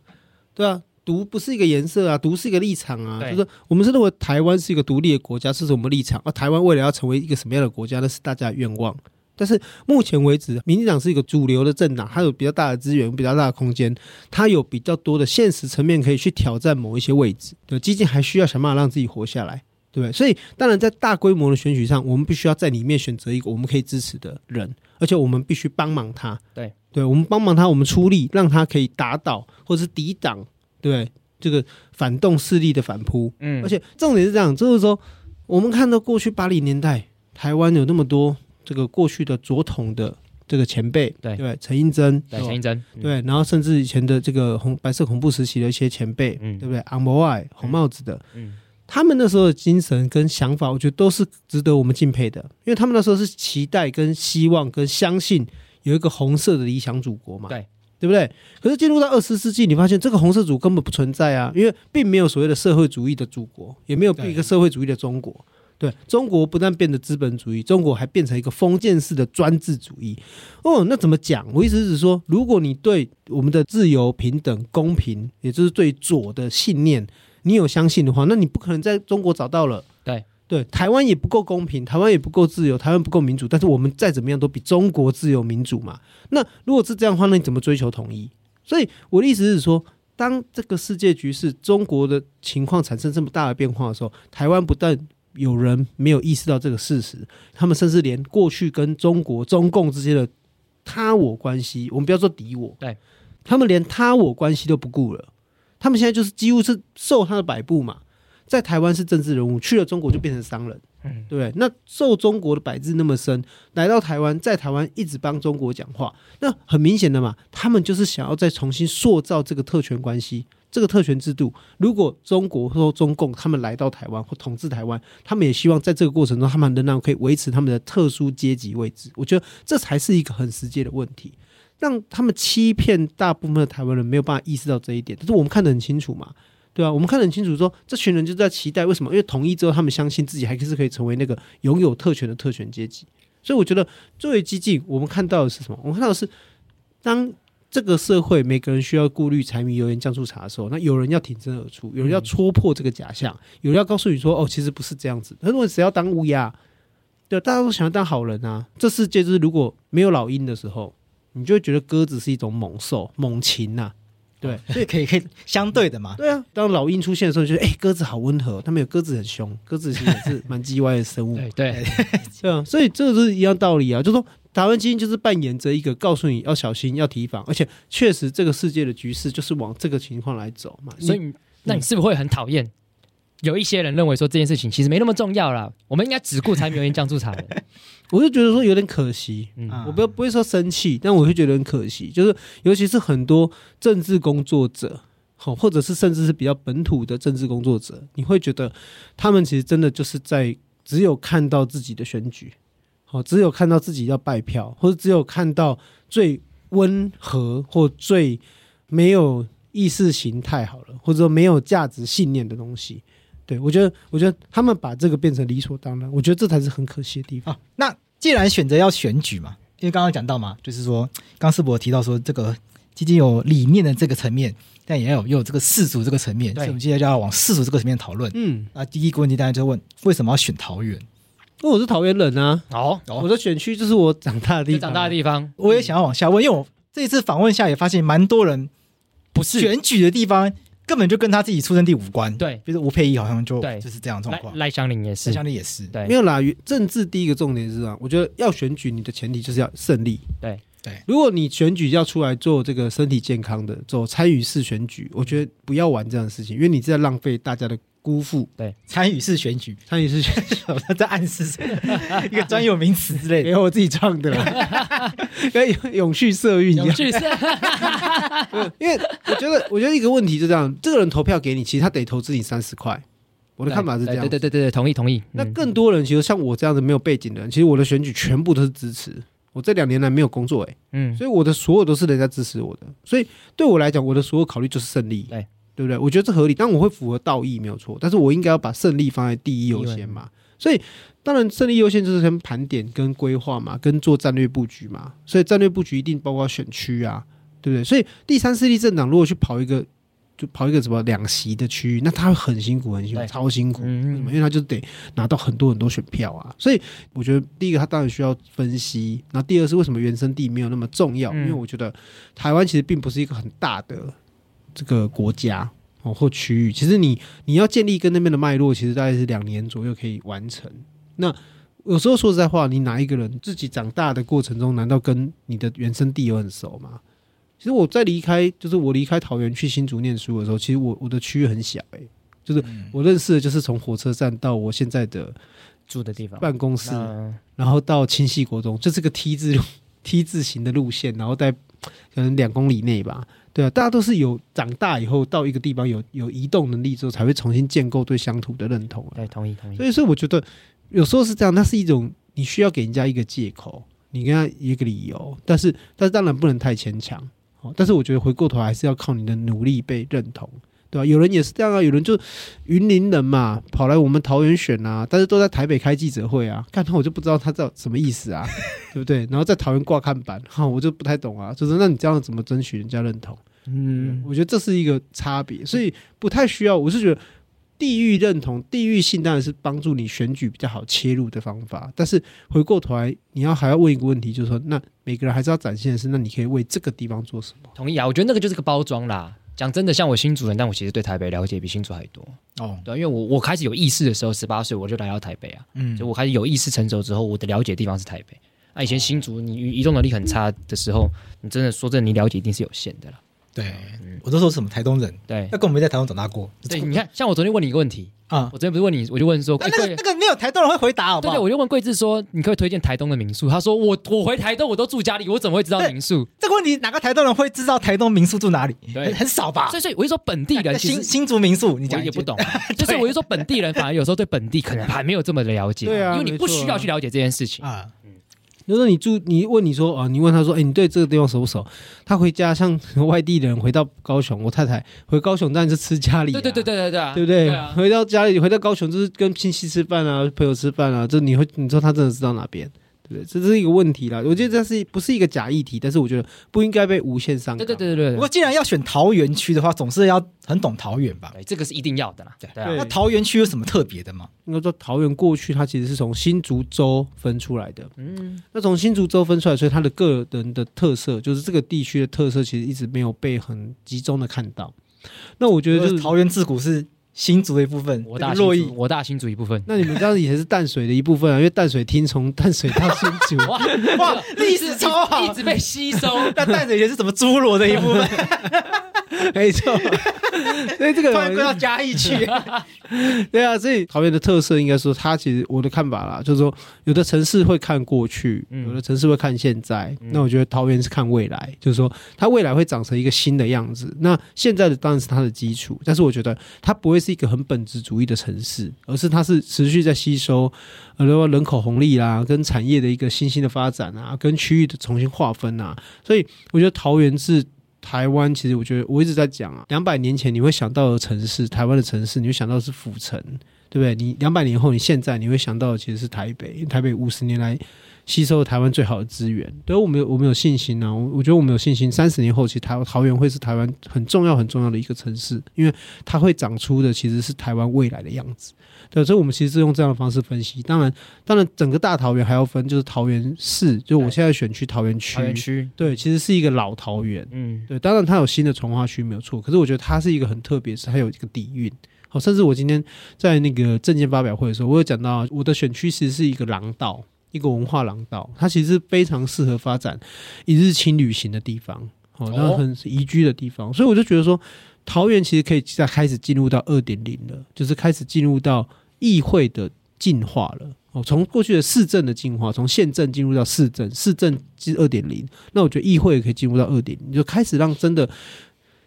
[SPEAKER 3] 对啊，独不是一个颜色啊，独是一个立场啊，
[SPEAKER 2] 对
[SPEAKER 3] 就是我们是认为台湾是一个独立的国家，这是我们立场啊。台湾未来要成为一个什么样的国家，那是大家的愿望。但是目前为止，民进党是一个主流的政党，它有比较大的资源、比较大的空间，它有比较多的现实层面可以去挑战某一些位置。对，激进还需要想办法让自己活下来，对不对？所以，当然在大规模的选举上，我们必须要在里面选择一个我们可以支持的人，而且我们必须帮忙他。
[SPEAKER 2] 对，
[SPEAKER 3] 对，我们帮忙他，我们出力，让他可以打倒或是抵挡，对这个反动势力的反扑。
[SPEAKER 2] 嗯
[SPEAKER 3] 而且重点是这样，就是说，我们看到过去八零年代台湾有那么多这个过去的左统的这个前辈，
[SPEAKER 2] 对
[SPEAKER 3] 对，陈英珍，
[SPEAKER 2] 对，
[SPEAKER 3] 吧
[SPEAKER 2] 陈英真，嗯，
[SPEAKER 3] 对，然后甚至以前的这个红白色恐怖时期的一些前辈，
[SPEAKER 2] 嗯
[SPEAKER 3] 对不对？昂博爱红帽子的，
[SPEAKER 2] 嗯
[SPEAKER 3] 他们那时候的精神跟想法，我觉得都是值得我们敬佩的，因为他们那时候是期待、跟希望、跟相信有一个红色的理想祖国嘛，
[SPEAKER 2] 对
[SPEAKER 3] 对不对？可是进入到二十世纪，你发现这个红色祖根本不存在啊，因为并没有所谓的社会主义的祖国，也没有
[SPEAKER 1] 对
[SPEAKER 3] 一个社会主义的中国。对中国不但变得资本主义，中国还变成一个封建式的专制主义。哦，那怎么讲？我意思是说，如果你对我们的自由、平等、公平，也就是对左的信念，你有相信的话，那你不可能在中国找到了。
[SPEAKER 2] 对
[SPEAKER 3] 对，台湾也不够公平，台湾也不够自由，台湾不够民主，但是我们再怎么样都比中国自由民主嘛。那如果是这样的话，那你怎么追求统一？所以我的意思是说，当这个世界局势中国的情况产生这么大的变化的时候，台湾不但有人没有意识到这个事实，他们甚至连过去跟中国中共之间的他我关系，我们不要说敌我，
[SPEAKER 2] 对
[SPEAKER 3] 他们连他我关系都不顾了。他们现在就是几乎是受他的摆布嘛，在台湾是政治人物，去了中国就变成商人，
[SPEAKER 2] 嗯
[SPEAKER 3] 对不对？那受中国的摆置那么深，来到台湾，在台湾一直帮中国讲话，那很明显的嘛，他们就是想要再重新塑造这个特权关系。这个特权制度，如果中国或中共他们来到台湾或统治台湾，他们也希望在这个过程中，他们仍然可以维持他们的特殊阶级位置。我觉得这才是一个很实际的问题。让他们欺骗大部分的台湾人没有办法意识到这一点，但是我们看得很清楚嘛，对啊，我们看得很清楚说这群人就在期待为什么？因为统一之后，他们相信自己还是可以成为那个拥有特权的特权阶级。所以我觉得最为激进，我们看到的是什么？我们看到的是，当这个社会每个人需要顾虑柴米油盐酱醋茶的时候，那有人要挺身而出，有人要戳破这个假象，有人要告诉你说，哦，其实不是这样子。很多人只要当乌鸦，对，大家都想要当好人啊。这世界就是如果没有老鹰的时候，你就会觉得鸽子是一种猛兽、猛禽呐、啊对
[SPEAKER 1] 所以可以可以相对的嘛。
[SPEAKER 3] 对啊，当老鹰出现的时候，就觉得哎、鸽子好温和，他们有鸽子很凶，鸽子其实也是蛮叽歪的生物，
[SPEAKER 2] 对对，
[SPEAKER 3] 对啊，所以这个是一样道理啊，就说台湾基因就是扮演着一个告诉你要小心、要提防，而且确实这个世界的局势就是往这个情况来走嘛，
[SPEAKER 2] 所以
[SPEAKER 3] 你
[SPEAKER 2] 你那你是不是会很讨厌？有一些人认为说这件事情其实没那么重要啦，我们应该只顾柴米油盐酱醋茶 的。
[SPEAKER 3] 我就觉得说有点可惜，
[SPEAKER 2] 嗯，
[SPEAKER 1] 啊
[SPEAKER 3] 我不要不会说生气，但我会觉得很可惜，就是尤其是很多政治工作者，好，或者是甚至是比较本土的政治工作者，你会觉得他们其实真的就是在只有看到自己的选举，好，只有看到自己要拜票，或者只有看到最温和或最没有意识形态好了，或者说没有价值信念的东西。对，我觉得，我觉得他们把这个变成理所当然，我觉得这才是很可惜的地方。
[SPEAKER 1] 啊，那既然选择要选举嘛，因为刚刚讲到嘛，就是说，刚世博提到说，这个基金有理念的这个层面，但也有也有这个世俗这个层面，
[SPEAKER 2] 对
[SPEAKER 1] 所以我们接下来就要往世俗这个层面讨论。
[SPEAKER 3] 嗯，
[SPEAKER 1] 那第一个问题，大家就问为什么要选桃园？
[SPEAKER 3] 因为我是桃园人啊，
[SPEAKER 2] 哦，
[SPEAKER 1] 哦
[SPEAKER 3] 我的选区就是我长大的地
[SPEAKER 2] 就
[SPEAKER 3] 方，
[SPEAKER 2] 长大的地方
[SPEAKER 1] 我也想要往下问，因为我这一次访问下也发现，蛮多人
[SPEAKER 2] 不是
[SPEAKER 1] 选举的地方根本就跟他自己出生地无关。，
[SPEAKER 2] 对
[SPEAKER 1] 比如说吴佩仪好像就
[SPEAKER 2] 对
[SPEAKER 1] 就是这样的状
[SPEAKER 2] 赖
[SPEAKER 1] 况，
[SPEAKER 2] 赖香林也是
[SPEAKER 1] 相对也是。
[SPEAKER 2] 对
[SPEAKER 3] 没有啦。政治第一个重点是啊，我觉得要选举，你的前提就是要胜利。
[SPEAKER 2] 对
[SPEAKER 1] 对
[SPEAKER 3] 如果你选举要出来做这个身体健康的，做参与式选举，我觉得不要玩这样的事情，因为你是在浪费大家的辜负。
[SPEAKER 1] 参与式选举，
[SPEAKER 3] 参与式选
[SPEAKER 1] 他在暗示 什么一个专有名词之类的。
[SPEAKER 3] 举，没有我自己创的啦， 跟永永续社运一样
[SPEAKER 2] 有。趣是啊
[SPEAKER 3] 因为我觉得，我觉得一个问题就这样，这个人投票给你，其实他得投资你三十块。 我
[SPEAKER 2] 我
[SPEAKER 3] 的看法是这样
[SPEAKER 2] 对，对对对对，同意同意。
[SPEAKER 3] 那
[SPEAKER 2] 嗯
[SPEAKER 3] 更多人其实像我这样子没有背景的人，其实我的选举全部都是支持。我这两年来没有工作、欸，
[SPEAKER 2] 嗯
[SPEAKER 3] 所以我的所有都是人家支持我的，所以对我来讲，我的所有考虑就是胜利，
[SPEAKER 2] 对
[SPEAKER 3] 对不对？我觉得这合理，但我会符合道义没有错，但是我应该要把胜利放在第一优先嘛。所以当然，胜利优先就是先盘点跟规划嘛，跟做战略布局嘛。所以战略布局一定包括选区啊，对不对？所以第三势力政党如果去跑一个。就跑一个什么两席的区域，那他会很辛苦，很辛苦，
[SPEAKER 2] 对
[SPEAKER 3] 超辛苦。
[SPEAKER 2] 嗯
[SPEAKER 3] 为什么？因为他就得拿到很多很多选票啊。所以我觉得，第一个他当然需要分析，然后第二是为什么原生地没有那么重要？哦
[SPEAKER 2] 嗯
[SPEAKER 3] 因为我觉得台湾其实并不是一个很大的这个国家哦或区域，其实你你要建立跟那边的脉络，其实大概是两年左右可以完成。那有时候说实在话，你哪一个人自己长大的过程中，难道跟你的原生地有很熟吗？其实我在离开，就是我离开桃园去新竹念书的时候，其实我我的区域很小、欸，就是
[SPEAKER 2] 嗯
[SPEAKER 3] 我认识的就是从火车站到我现在的
[SPEAKER 2] 住的地方
[SPEAKER 3] 办公室，
[SPEAKER 2] 那
[SPEAKER 3] 然后到清溪国中，就是个 T 字路 T 字形的路线，然后在可能两公里内吧。对啊，大家都是有长大以后到一个地方有有移动能力之后，才会重新建构对乡土的认同啊。
[SPEAKER 2] 对，同意同意
[SPEAKER 3] 所。以，所以我觉得有时候是这样，那是一种你需要给人家一个借口，你跟他一个理由，但是但是当然不能太牵强。哦，但是我觉得回过头来还是要靠你的努力被认同，对吧、有人也是这样啊，有人就云林人嘛，跑来我们桃园选啊，但是都在台北开记者会啊，看他我就不知道他这什么意思啊， 对不对？然后在桃园挂看板，哈、我就不太懂啊，就是那你这样怎么争取人家认同？
[SPEAKER 2] 嗯，
[SPEAKER 3] 我觉得这是一个差别，所以不太需要。我是觉得地域认同、地域性当然是帮助你选举比较好切入的方法，但是回过头来，你要还要问一个问题，就是说，那每个人还是要展现的是，那你可以为这个地方做什么？
[SPEAKER 2] 同意啊，我觉得那个就是个包装啦。讲真的，像我新主人，但我其实对台北了解比新主还多。
[SPEAKER 1] 哦，
[SPEAKER 2] 对啊，因为我我开始有意识的时候，十八岁我就来到台北啊，
[SPEAKER 1] 嗯哦
[SPEAKER 2] 就我开始有意识成熟之后，我的了解地方是台北。啊，以前新竹你移动能力很差的时候，你真的说真的，你了解一定是有限的啦。
[SPEAKER 1] 对，我都说什么台东人，
[SPEAKER 2] 对
[SPEAKER 1] 那，跟我没在台东长大过。
[SPEAKER 2] 对，你看，像我昨天问你一个问题，
[SPEAKER 1] 啊，
[SPEAKER 2] 我昨天不是问你，我就问说，
[SPEAKER 1] 那
[SPEAKER 2] 哎
[SPEAKER 1] 那个
[SPEAKER 2] 对
[SPEAKER 1] 那个没有台东人会回答，好不
[SPEAKER 2] 对
[SPEAKER 1] 好
[SPEAKER 2] 对，？我就问桂志说，你可不可以推荐台东的民宿？他说我我回台东我都住家里，我怎么会知道
[SPEAKER 1] 对
[SPEAKER 2] 民宿？
[SPEAKER 1] 这个问题哪个台东人会知道台东民宿住哪里？
[SPEAKER 2] 对
[SPEAKER 1] 很很少吧
[SPEAKER 2] 所。以所以我就说本地人
[SPEAKER 1] 那
[SPEAKER 2] 其实
[SPEAKER 1] 新新竹民宿，你
[SPEAKER 2] 我
[SPEAKER 1] 讲一
[SPEAKER 2] 也
[SPEAKER 1] 句
[SPEAKER 2] 不，懂啊，就是我就说本地人反而有时候对本地可能还没有这么的了解，
[SPEAKER 3] 对啊
[SPEAKER 2] 因为你不
[SPEAKER 3] 没错啊
[SPEAKER 2] 需要去了解这件事情，
[SPEAKER 1] 啊，
[SPEAKER 3] 就是你住，你问你说啊，你问他说，哎、你对这个地方熟不熟？他回家像 外地人回到高雄，我太太回高雄当然是吃家里、
[SPEAKER 2] 对对对。对对对啊，
[SPEAKER 3] 对不对？
[SPEAKER 2] 啊，
[SPEAKER 3] 回到家里，回到高雄就是跟亲戚吃饭啊，朋友吃饭啊，这你会你说他真的知道哪边？对对不对？这是一个问题啦。我觉得这是不是一个假议题，但是我觉得不应该被无限上
[SPEAKER 2] 对
[SPEAKER 3] 纲。
[SPEAKER 2] 对对对啊
[SPEAKER 1] 不
[SPEAKER 2] 对
[SPEAKER 1] 过既然要选桃园区的话，总是要很懂桃园吧？
[SPEAKER 2] 对，这个是一定要的啦。对啊，
[SPEAKER 1] 那桃园区有什么特别的吗？
[SPEAKER 3] 应该说桃园过去它其实是从新竹州分出来的，
[SPEAKER 2] 嗯，
[SPEAKER 3] 那从新竹州分出来，所以它的个人的特色，就是这个地区的特色，其实一直没有被很集中的看到。那我觉得
[SPEAKER 1] 就
[SPEAKER 3] 就是是，
[SPEAKER 1] 桃园自古是新竹的一部分，
[SPEAKER 2] 我
[SPEAKER 1] 这
[SPEAKER 2] 大
[SPEAKER 1] 个
[SPEAKER 2] 新
[SPEAKER 1] 洛
[SPEAKER 2] 竹，
[SPEAKER 1] 邑
[SPEAKER 2] 我大新竹一部分。
[SPEAKER 3] 那你们这样以前是淡水的一部分啊，因为淡水听从淡水到新
[SPEAKER 2] ，
[SPEAKER 3] 竹
[SPEAKER 2] 哇
[SPEAKER 1] 哇，历史超
[SPEAKER 2] 一
[SPEAKER 1] 好
[SPEAKER 2] 直。被吸 收。
[SPEAKER 1] 那淡水也是什么侏罗的一 部分，
[SPEAKER 3] 没错。所以这
[SPEAKER 1] 突然归到
[SPEAKER 3] 个
[SPEAKER 1] 嘉义 去。
[SPEAKER 3] 对啊，所以桃园的特色应该说，它其实我的看法啦，就是说有的城市会看过去，
[SPEAKER 2] 嗯
[SPEAKER 3] 有的城市会看现在。
[SPEAKER 2] 嗯
[SPEAKER 3] 那我觉得桃园是看未来，就是说它未来会长成一个新的样子。那现在的当然是它的基础，但是我觉得它不会是一个很本质主义的城市，而是它是持续在吸收，呃，然后人口红利啦，跟产业的一个新兴的发展啊，跟区域的重新划分啊。所以我觉得桃园是。台湾其实我觉得我一直在讲啊，两百年前你会想到的城市，台湾的城市，你会想到是府城，对不对？你两百年后，你现在你会想到的其实是台北，台北五十年来吸收台湾最好的资源，对我们有我们有信心啊，我我觉得我们有信心，三十年后其实台桃园会是台湾很重要很重要的一个城市，因为它会长出的其实是台湾未来的样子。对，所以我们其实是用这样的方式分析。当然，当然整个大桃园还要分，就是桃园市，就我现在选区桃园区，
[SPEAKER 2] 桃园区，
[SPEAKER 3] 对，其实是一个老桃园。
[SPEAKER 2] 嗯，
[SPEAKER 3] 对，当然它有新的从化区没有错，可是我觉得它是一个很特别，是它有一个底蕴。好，甚至我今天在那个证件发表会的时候，我有讲到我的选区其实是一个廊道，一个文化廊道，它其实是非常适合发展一日轻旅行的地方，哦，然后很宜居的地方，所以我就觉得说，桃园其实可以在开始进入到二点零了，就是开始进入到议会的进化了。哦，从过去的市政的进化，从县政进入到市政，市政是二点零，那我觉得议会也可以进入到二点零，就开始让真的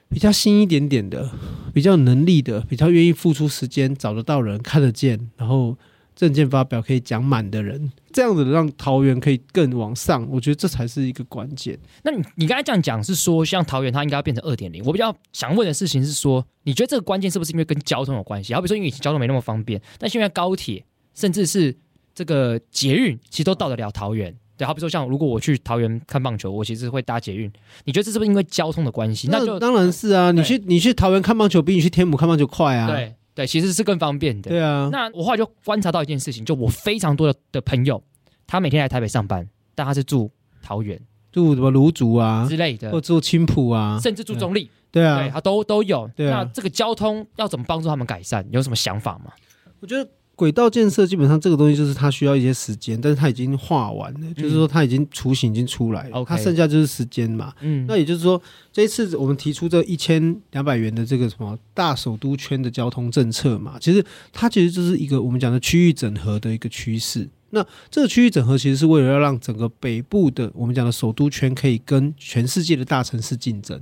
[SPEAKER 3] 比较新一点点的、比较有能力的、比较愿意付出时间、找得到人、看得见，然后证件发表可以讲满的人，这样子让桃园可以更往上，我觉得这才是一个关键。
[SPEAKER 2] 那你你刚才这样讲是说，像桃园它应该要变成二点零。我比较想问的事情是说，你觉得这个关键是不是因为跟交通有关系？好比说，因为以前交通没那么方便，但现在高铁甚至是这个捷运，其实都到得了桃园。对，好比说像如果我去桃园看棒球，我其实会搭捷运。你觉得这是不是因为交通的关系？那就
[SPEAKER 3] 当然是啊，你去你去桃园看棒球比你去天母看棒球快啊，
[SPEAKER 2] 对对，其实是更方便的。
[SPEAKER 3] 对啊，
[SPEAKER 2] 那我后来就观察到一件事情，就我非常多的的朋友，他每天来台北上班，但他是住桃园
[SPEAKER 3] 住什么芦竹啊，
[SPEAKER 2] 之类的，
[SPEAKER 3] 或住青浦啊，
[SPEAKER 2] 甚至住中立，
[SPEAKER 3] 对
[SPEAKER 2] 对，
[SPEAKER 3] 啊，
[SPEAKER 2] 他都都有。
[SPEAKER 3] 对啊
[SPEAKER 2] 那这个交通要怎么帮助他们改善？有什么想法吗？
[SPEAKER 3] 我觉得。轨道建设基本上这个东西就是它需要一些时间，但是它已经画完了，就是说它已经雏形已经出来了，
[SPEAKER 2] 嗯 OK
[SPEAKER 3] 它剩下就是时间嘛。
[SPEAKER 2] 嗯，
[SPEAKER 3] 那也就是说，这一次我们提出这一千两百元的这个什么大首都圈的交通政策嘛，其实它其实就是一个我们讲的区域整合的一个趋势。那这个区域整合其实是为了要让整个北部的我们讲的首都圈可以跟全世界的大城市竞争。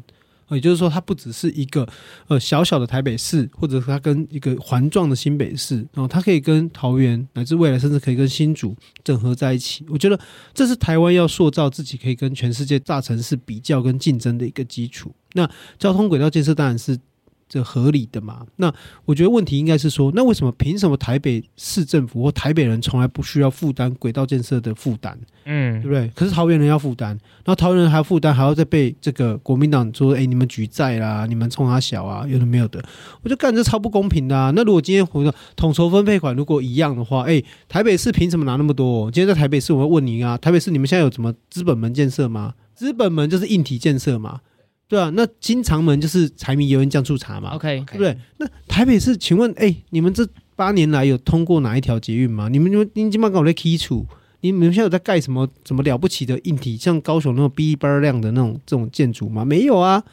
[SPEAKER 3] 呃也就是说，它不只是一个呃小小的台北市，或者是它跟一个环状的新北市，然后它可以跟桃园，乃至未来甚至可以跟新竹整合在一起。我觉得这是台湾要塑造自己可以跟全世界大城市比较跟竞争的一个基础。那交通轨道建设当然是这合理的嘛。那我觉得问题应该是说，那为什么凭什么台北市政府或台北人从来不需要负担轨道建设的负担，对
[SPEAKER 2] 嗯
[SPEAKER 3] 不对？可是桃园人要负担，然后桃园人还要负担，还要再被这个国民党说，哎，你们举债啦，你们冲他小啊，有的没有的。我就干这超不公平的、啊。那如果今天回到统筹分配款如果一样的话，哎、台北市凭什么拿那么多？今天在台北市，我要问您啊，台北市你们现在有什么资本门建设吗？资本门就是硬体建设嘛，对啊，那金长门就是柴米油盐酱醋茶嘛
[SPEAKER 2] ，OK，
[SPEAKER 3] 啊对不对？那台北市，请问，哎、你们这八年来有通过哪一条捷运吗？你们你们你们今晚搞在基础，你们现在有在盖什么什么了不起的硬体，像高雄那种逼班儿亮的那种这种建筑吗？没有啊，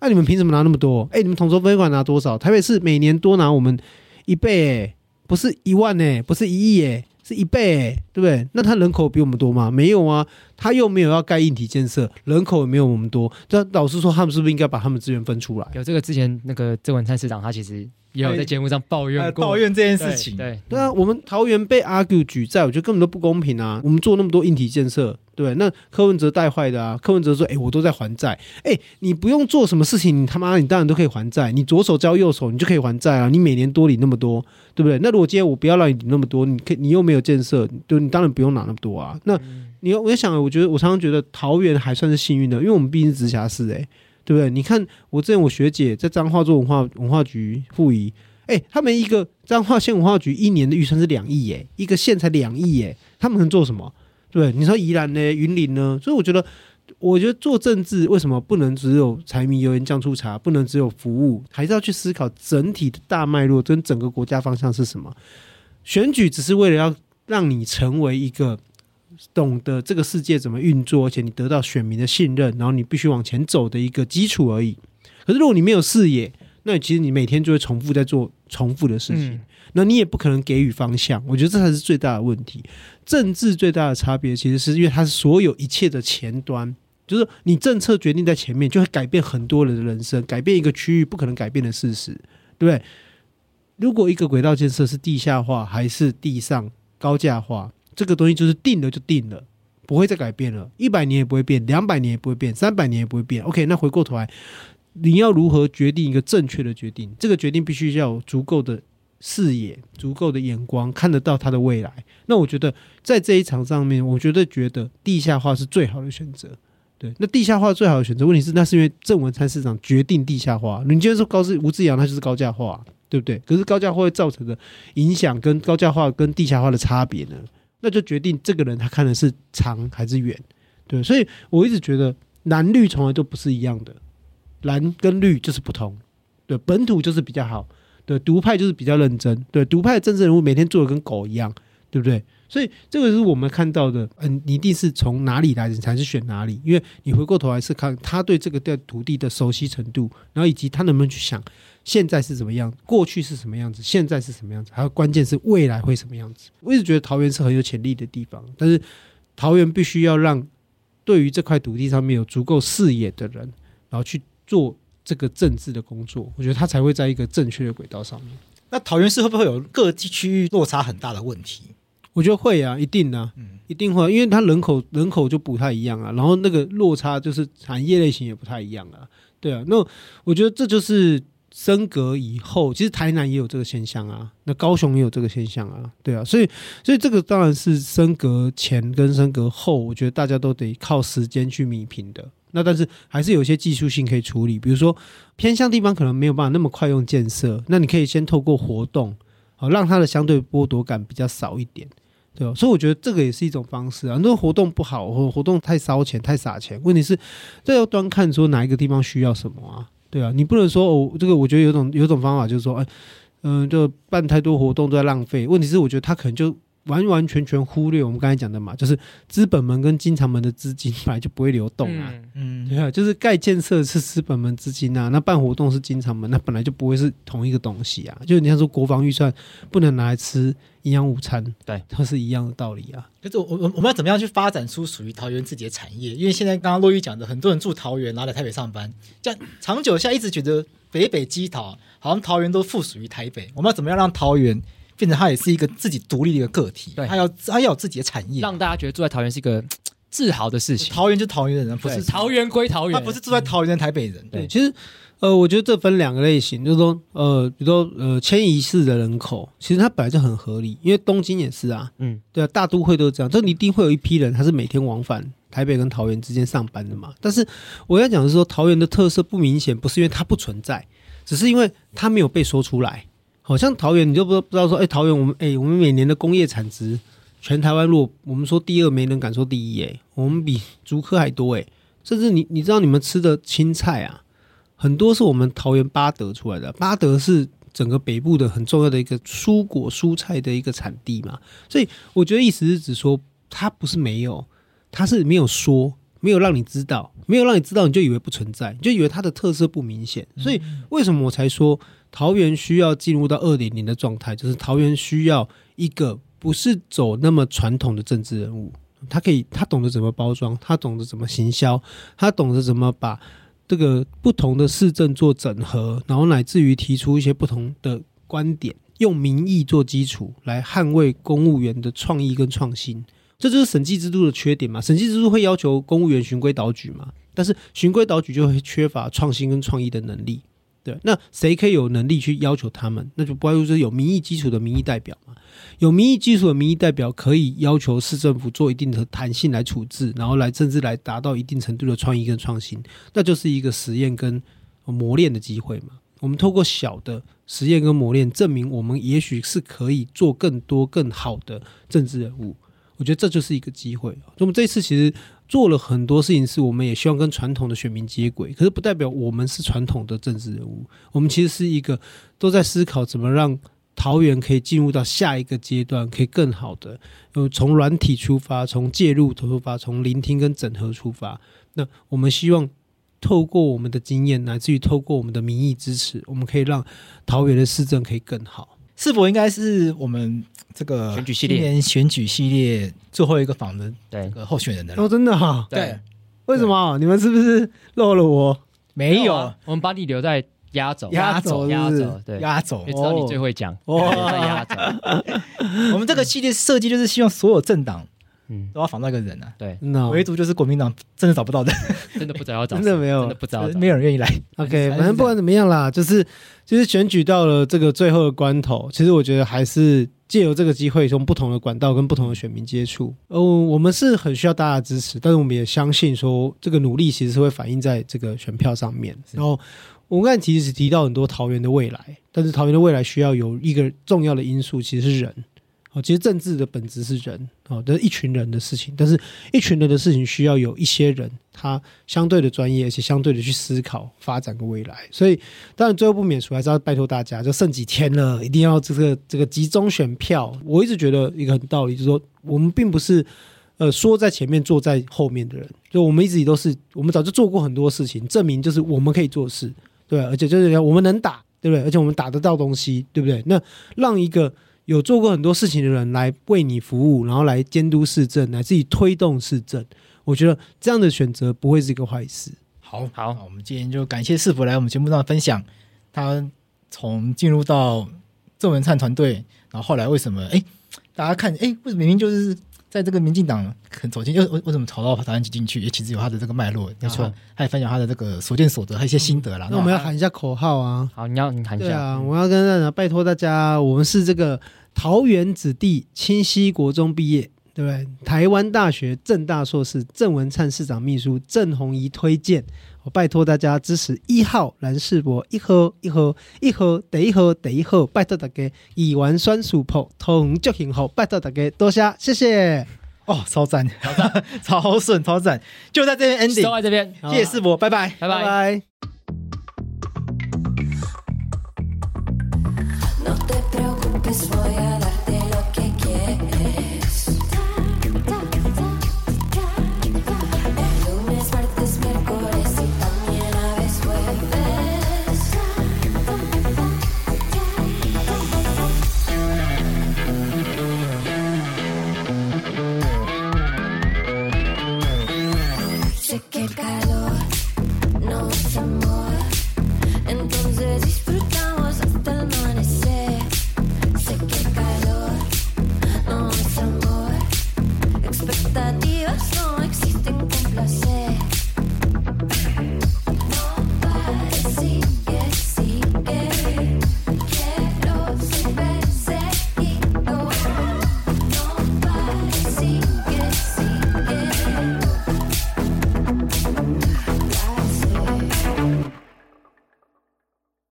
[SPEAKER 3] 那、你们凭什么拿那么多？哎、你们统筹分款拿多少？台北市每年多拿我们一倍、哎，不是一万哎、不是一亿哎、是一倍、哎，对不对？那他人口比我们多吗？没有啊，他又没有要盖硬体建设，人口也没有我们多。那老实说，他们是不是应该把他们资源分出来？
[SPEAKER 2] 有这个之前那个郑文灿市长，他其实也有在节目上抱
[SPEAKER 1] 呃
[SPEAKER 2] 怨
[SPEAKER 3] 哎
[SPEAKER 2] 过
[SPEAKER 1] 抱怨这件
[SPEAKER 2] 对
[SPEAKER 1] 事情，
[SPEAKER 2] 对，
[SPEAKER 3] 对啊，我们桃园被 argue 举债，我觉得根本都不公平啊！我们做那么多硬体建设，对，那柯文哲带坏的啊！柯文哲说：“哎、我都在还债。哎，你不用做什么事情，你他妈你当然都可以还债，你左手交右手，你就可以还债啊！你每年多领那么多，对不对？那如果今天我不要让你领那么多，你可以你又没有建设，对，你当然不用拿那么多啊。那你我也想，我觉得我常常觉得桃园还算是幸运的，因为我们毕竟是直辖市、欸，哎，对不对？你看我之前我学姐在彰化做文化文化局副仪，哎、他们一个彰化县文化局一年的预算是两亿，哎，一个县才两亿，哎，他们能做什么？对，你说宜兰呢，云林呢？所以我觉得，我觉得做政治为什么不能只有柴米油盐酱醋茶，不能只有服务，还是要去思考整体的大脉络跟整个国家方向是什么？选举只是为了要让你成为一个懂得这个世界怎么运作，而且你得到选民的信任，然后你必须往前走的一个基础而已。可是如果你没有视野，那其实你每天就会重复在做重复的事情。
[SPEAKER 2] 嗯
[SPEAKER 3] 那你也不可能给予方向，我觉得这才是最大的问题。政治最大的差别，其实是因为它是所有一切的前端，就是你政策决定在前面，就会改变很多人的人生，改变一个区域不可能改变的事实，对不对？如果一个轨道建设是地下化还是地上高架化，这个东西就是定了就定了，不会再改变了，一百年也不会变，两百年也不会变，三百年也不会变。OK，那回过头来，你要如何决定一个正确的决定？这个决定必须要有足够的视野、足够的眼光，看得到它的未来。那我觉得在这一场上面，我觉得觉得地下化是最好的选择。对，那地下化最好的选择，问题是那是因为郑文灿市长决定地下化。你今天说高是吴志阳，他就是高价化，对不对？可是高价化会造成的影响跟高价化跟地下化的差别呢，那就决定这个人他看的是长还是远。对，所以我一直觉得蓝绿从来都不是一样的，蓝跟绿就是不同。对，本土就是比较好，对，独派就是比较认真，对，独派的政治人物每天做的跟狗一样，对不对？所以这个是我们看到的，嗯，你一定是从哪里来，你才是选哪里，因为你回过头来是看他对这个地土地的熟悉程度，然后以及他能不能去想现在是怎么样，过去是什么样子，现在是什么样子，还有关键是未来会什么样子。我一直觉得桃园是很有潜力的地方，但是桃园必须要让对于这块土地上面有足够视野的人，然后去做这个政治的工作，我觉得他才会在一个正确的轨道上面。
[SPEAKER 1] 那桃园市会不会有各地区域落差很大的问题？
[SPEAKER 3] 我觉得会啊，一定啊，一定会，因为它人口人口就不太一样啊，然后那个落差就是产业类型也不太一样啊，对啊，那我觉得这就是升格以后，其实台南也有这个现象啊，那高雄也有这个现象啊，对啊，所以所以这个当然是升格前跟升格后，我觉得大家都得靠时间去弥平的。那但是还是有一些技术性可以处理，比如说偏向地方可能没有办法那么快用建设，那你可以先透过活动，好让它的相对剥夺感比较少一点。对、哦，所以我觉得这个也是一种方式啊。如果活动不好，或活动太烧钱、太撒钱，问题是这要端看说哪一个地方需要什么啊？对啊，你不能说哦，这个我觉得有种有种方法就是说，哎，嗯、就办太多活动都在浪费。问题是，我觉得他可能就完完全全忽略我们刚才讲的嘛，就是资本门跟金常门的资金 本来就不会流动啊。
[SPEAKER 2] 嗯
[SPEAKER 1] 嗯，
[SPEAKER 3] 对啊，就是盖建设是资本门资金啊，那办活动是经常门，那本来就不会是同一个东西啊。就是你像说国防预算不能拿来吃营养午餐，
[SPEAKER 2] 对，
[SPEAKER 3] 它是一样的道理啊。
[SPEAKER 1] 就是我我我们要怎么样去发展出属于桃园自己的产业？因为现在刚刚洛玉讲的，很多人住桃园，然后来台北上班，这样长久下来一直觉得北北基桃好像桃园都附属于台北。我们要怎么样让桃园变成它也是一个自己独立的一个个体？
[SPEAKER 2] 对
[SPEAKER 1] 它要它要有自己的产业。
[SPEAKER 2] 让大家觉得住在桃园是一个嘖自豪的事情。
[SPEAKER 1] 桃园就桃园人，不
[SPEAKER 2] 对
[SPEAKER 1] 是
[SPEAKER 2] 桃，园归桃
[SPEAKER 1] 他
[SPEAKER 2] 园，
[SPEAKER 1] 不是住在桃园的台北人。
[SPEAKER 2] 对
[SPEAKER 3] 对，其实呃，我觉得这分两个类型，就是说呃，比如说呃，迁移式的人口，其实它本来就很合理，因为东京也是啊，
[SPEAKER 2] 嗯，
[SPEAKER 3] 对啊，大都会都是这样，就你一定会有一批人，他是每天往返台北跟桃园之间上班的嘛。但是我要讲的是说，桃园的特色不明显，不是因为它不存在，只是因为它没有被说出来。好像桃园，你就不不知道说，哎、桃园我们哎、我们每年的工业产值，全台湾如果我们说第二，没人敢说第一、哎，我们比竹科还多、哎，甚至你你知道你们吃的青菜啊，很多是我们桃园巴德出来的，巴德是整个北部的很重要的一个蔬果蔬菜的一个产地嘛，所以我觉得意思是指说，它不是没有，它是没有说，没有让你知道，没有让你知道，你就以为不存在，你就以为它的特色不明显。所以为什么我才说桃园需要进入到二点零的状态，就是桃园需要一个不是走那么传统的政治人物，他可以，他懂得怎么包装，他懂得怎么行销，他懂得怎么把。这个不同的市政做整合，然后乃至于提出一些不同的观点，用民意做基础来捍卫公务员的创意跟创新。这就是审计制度的缺点嘛。审计制度会要求公务员循规蹈矩嘛，但是循规蹈矩就会缺乏创新跟创意的能力。对，那谁可以有能力去要求他们？那就不外乎就是有民意基础的民意代表嘛。有民意基础的民意代表可以要求市政府做一定的弹性来处置，然后来甚至来达到一定程度的创意跟创新，那就是一个实验跟磨练的机会嘛。我们透过小的实验跟磨练，证明我们也许是可以做更多更好的政治人物。我觉得这就是一个机会。那么这次其实做了很多事情，是我们也希望跟传统的选民接轨，可是不代表我们是传统的政治人物。我们其实是一个都在思考怎么让桃园可以进入到下一个阶段，可以更好的，呃，从软体出发，从介入出发，从聆听跟整合出发。那我们希望。透过我们的经验，乃至于透过我们的民意支持，我们可以让桃园的市政可以更好。
[SPEAKER 1] 世博应该是我们这个
[SPEAKER 2] 选举系列
[SPEAKER 1] 今年选举系列最后一个访的
[SPEAKER 2] 对
[SPEAKER 1] 这个候选人的了。
[SPEAKER 3] 哦，真的哈、
[SPEAKER 1] 对，，
[SPEAKER 3] 为什么你们是不是漏了我？
[SPEAKER 1] 没有
[SPEAKER 2] 啊，我们把你留在压轴，
[SPEAKER 1] 压轴
[SPEAKER 2] 压
[SPEAKER 3] 是不是
[SPEAKER 2] 轴，对，
[SPEAKER 1] 压走
[SPEAKER 2] 也。知道你最会讲，
[SPEAKER 3] 哦
[SPEAKER 2] 留在压轴，
[SPEAKER 1] 我们这个系列设计就是希望所有政党
[SPEAKER 2] 嗯，
[SPEAKER 1] 都要访到一个人啊，
[SPEAKER 2] 对，
[SPEAKER 3] 那
[SPEAKER 1] 唯独就是国民党真的找不到的，
[SPEAKER 2] 真的不知道要找
[SPEAKER 3] 真
[SPEAKER 2] 谁，
[SPEAKER 3] 的没有
[SPEAKER 2] 真的不知道要找
[SPEAKER 1] 没有人愿意来。
[SPEAKER 3] OK，反正不管怎么样啦，就是就是选举到了这个最后的关头，其实我觉得还是借由这个机会，从不同的管道跟不同的选民接触。哦，我们是很需要大家的支持，但是我们也相信说，这个努力其实是会反映在这个选票上面。然后我们刚才其实提到很多桃园的未来，但是桃园的未来需要有一个重要的因素，其实是人。哦，其实政治的本质是人，哦，这、是一群人的事情，但是一群人的事情需要有一些人他相对的专业，而且相对的去思考发展跟未来。所以，当然最后不免俗，还是要拜托大家，就剩几天了，一定要这个这个集中选票。我一直觉得一个很道理，就是说我们并不是。呃，说在前面，做在后面的人，就我们一直以都是，我们早就做过很多事情，证明就是我们可以做事，对，啊而且就是我们能打，对不对？而且我们打得到东西，对不对？那让一个有做过很多事情的人来为你服务，然后来监督市政，来自己推动市政，我觉得这样的选择不会是一个坏事。
[SPEAKER 1] 好
[SPEAKER 2] 好
[SPEAKER 1] 那我们今天就感谢世博来我们节目上分享，他从进入到郑文灿团队，然后后来为什么？哎，大家看，哎，为什么明明就是在这个民进党很走进，又为为什么逃到台湾籍进去？也其实有他的这个脉络，没
[SPEAKER 2] 错，
[SPEAKER 1] 他也分享他的这个所见所得，还有一些心得啦。
[SPEAKER 3] 那我们要喊一下口号啊！
[SPEAKER 2] 好，你要你喊一
[SPEAKER 3] 对
[SPEAKER 2] 下，
[SPEAKER 1] 嗯
[SPEAKER 3] 啊，我要跟大家拜托大家，我们是这个桃园子弟，清溪国中毕业，对不对？台湾大学政大硕士，郑文灿市长秘书郑红怡推荐，我拜托大家支持一号蓝世博，一盒一盒一盒得一盒得一盒，拜托大家，乙烷酸薯泡同就幸福，拜托大家多谢，谢谢，
[SPEAKER 1] 哦，超赞， 超顺，超赞，就在这边
[SPEAKER 2] 收
[SPEAKER 1] ending，
[SPEAKER 2] 在这边，
[SPEAKER 3] 好
[SPEAKER 1] 谢谢世博，拜拜。
[SPEAKER 2] 拜拜。
[SPEAKER 3] 拜。
[SPEAKER 4] No te preocupes, voy a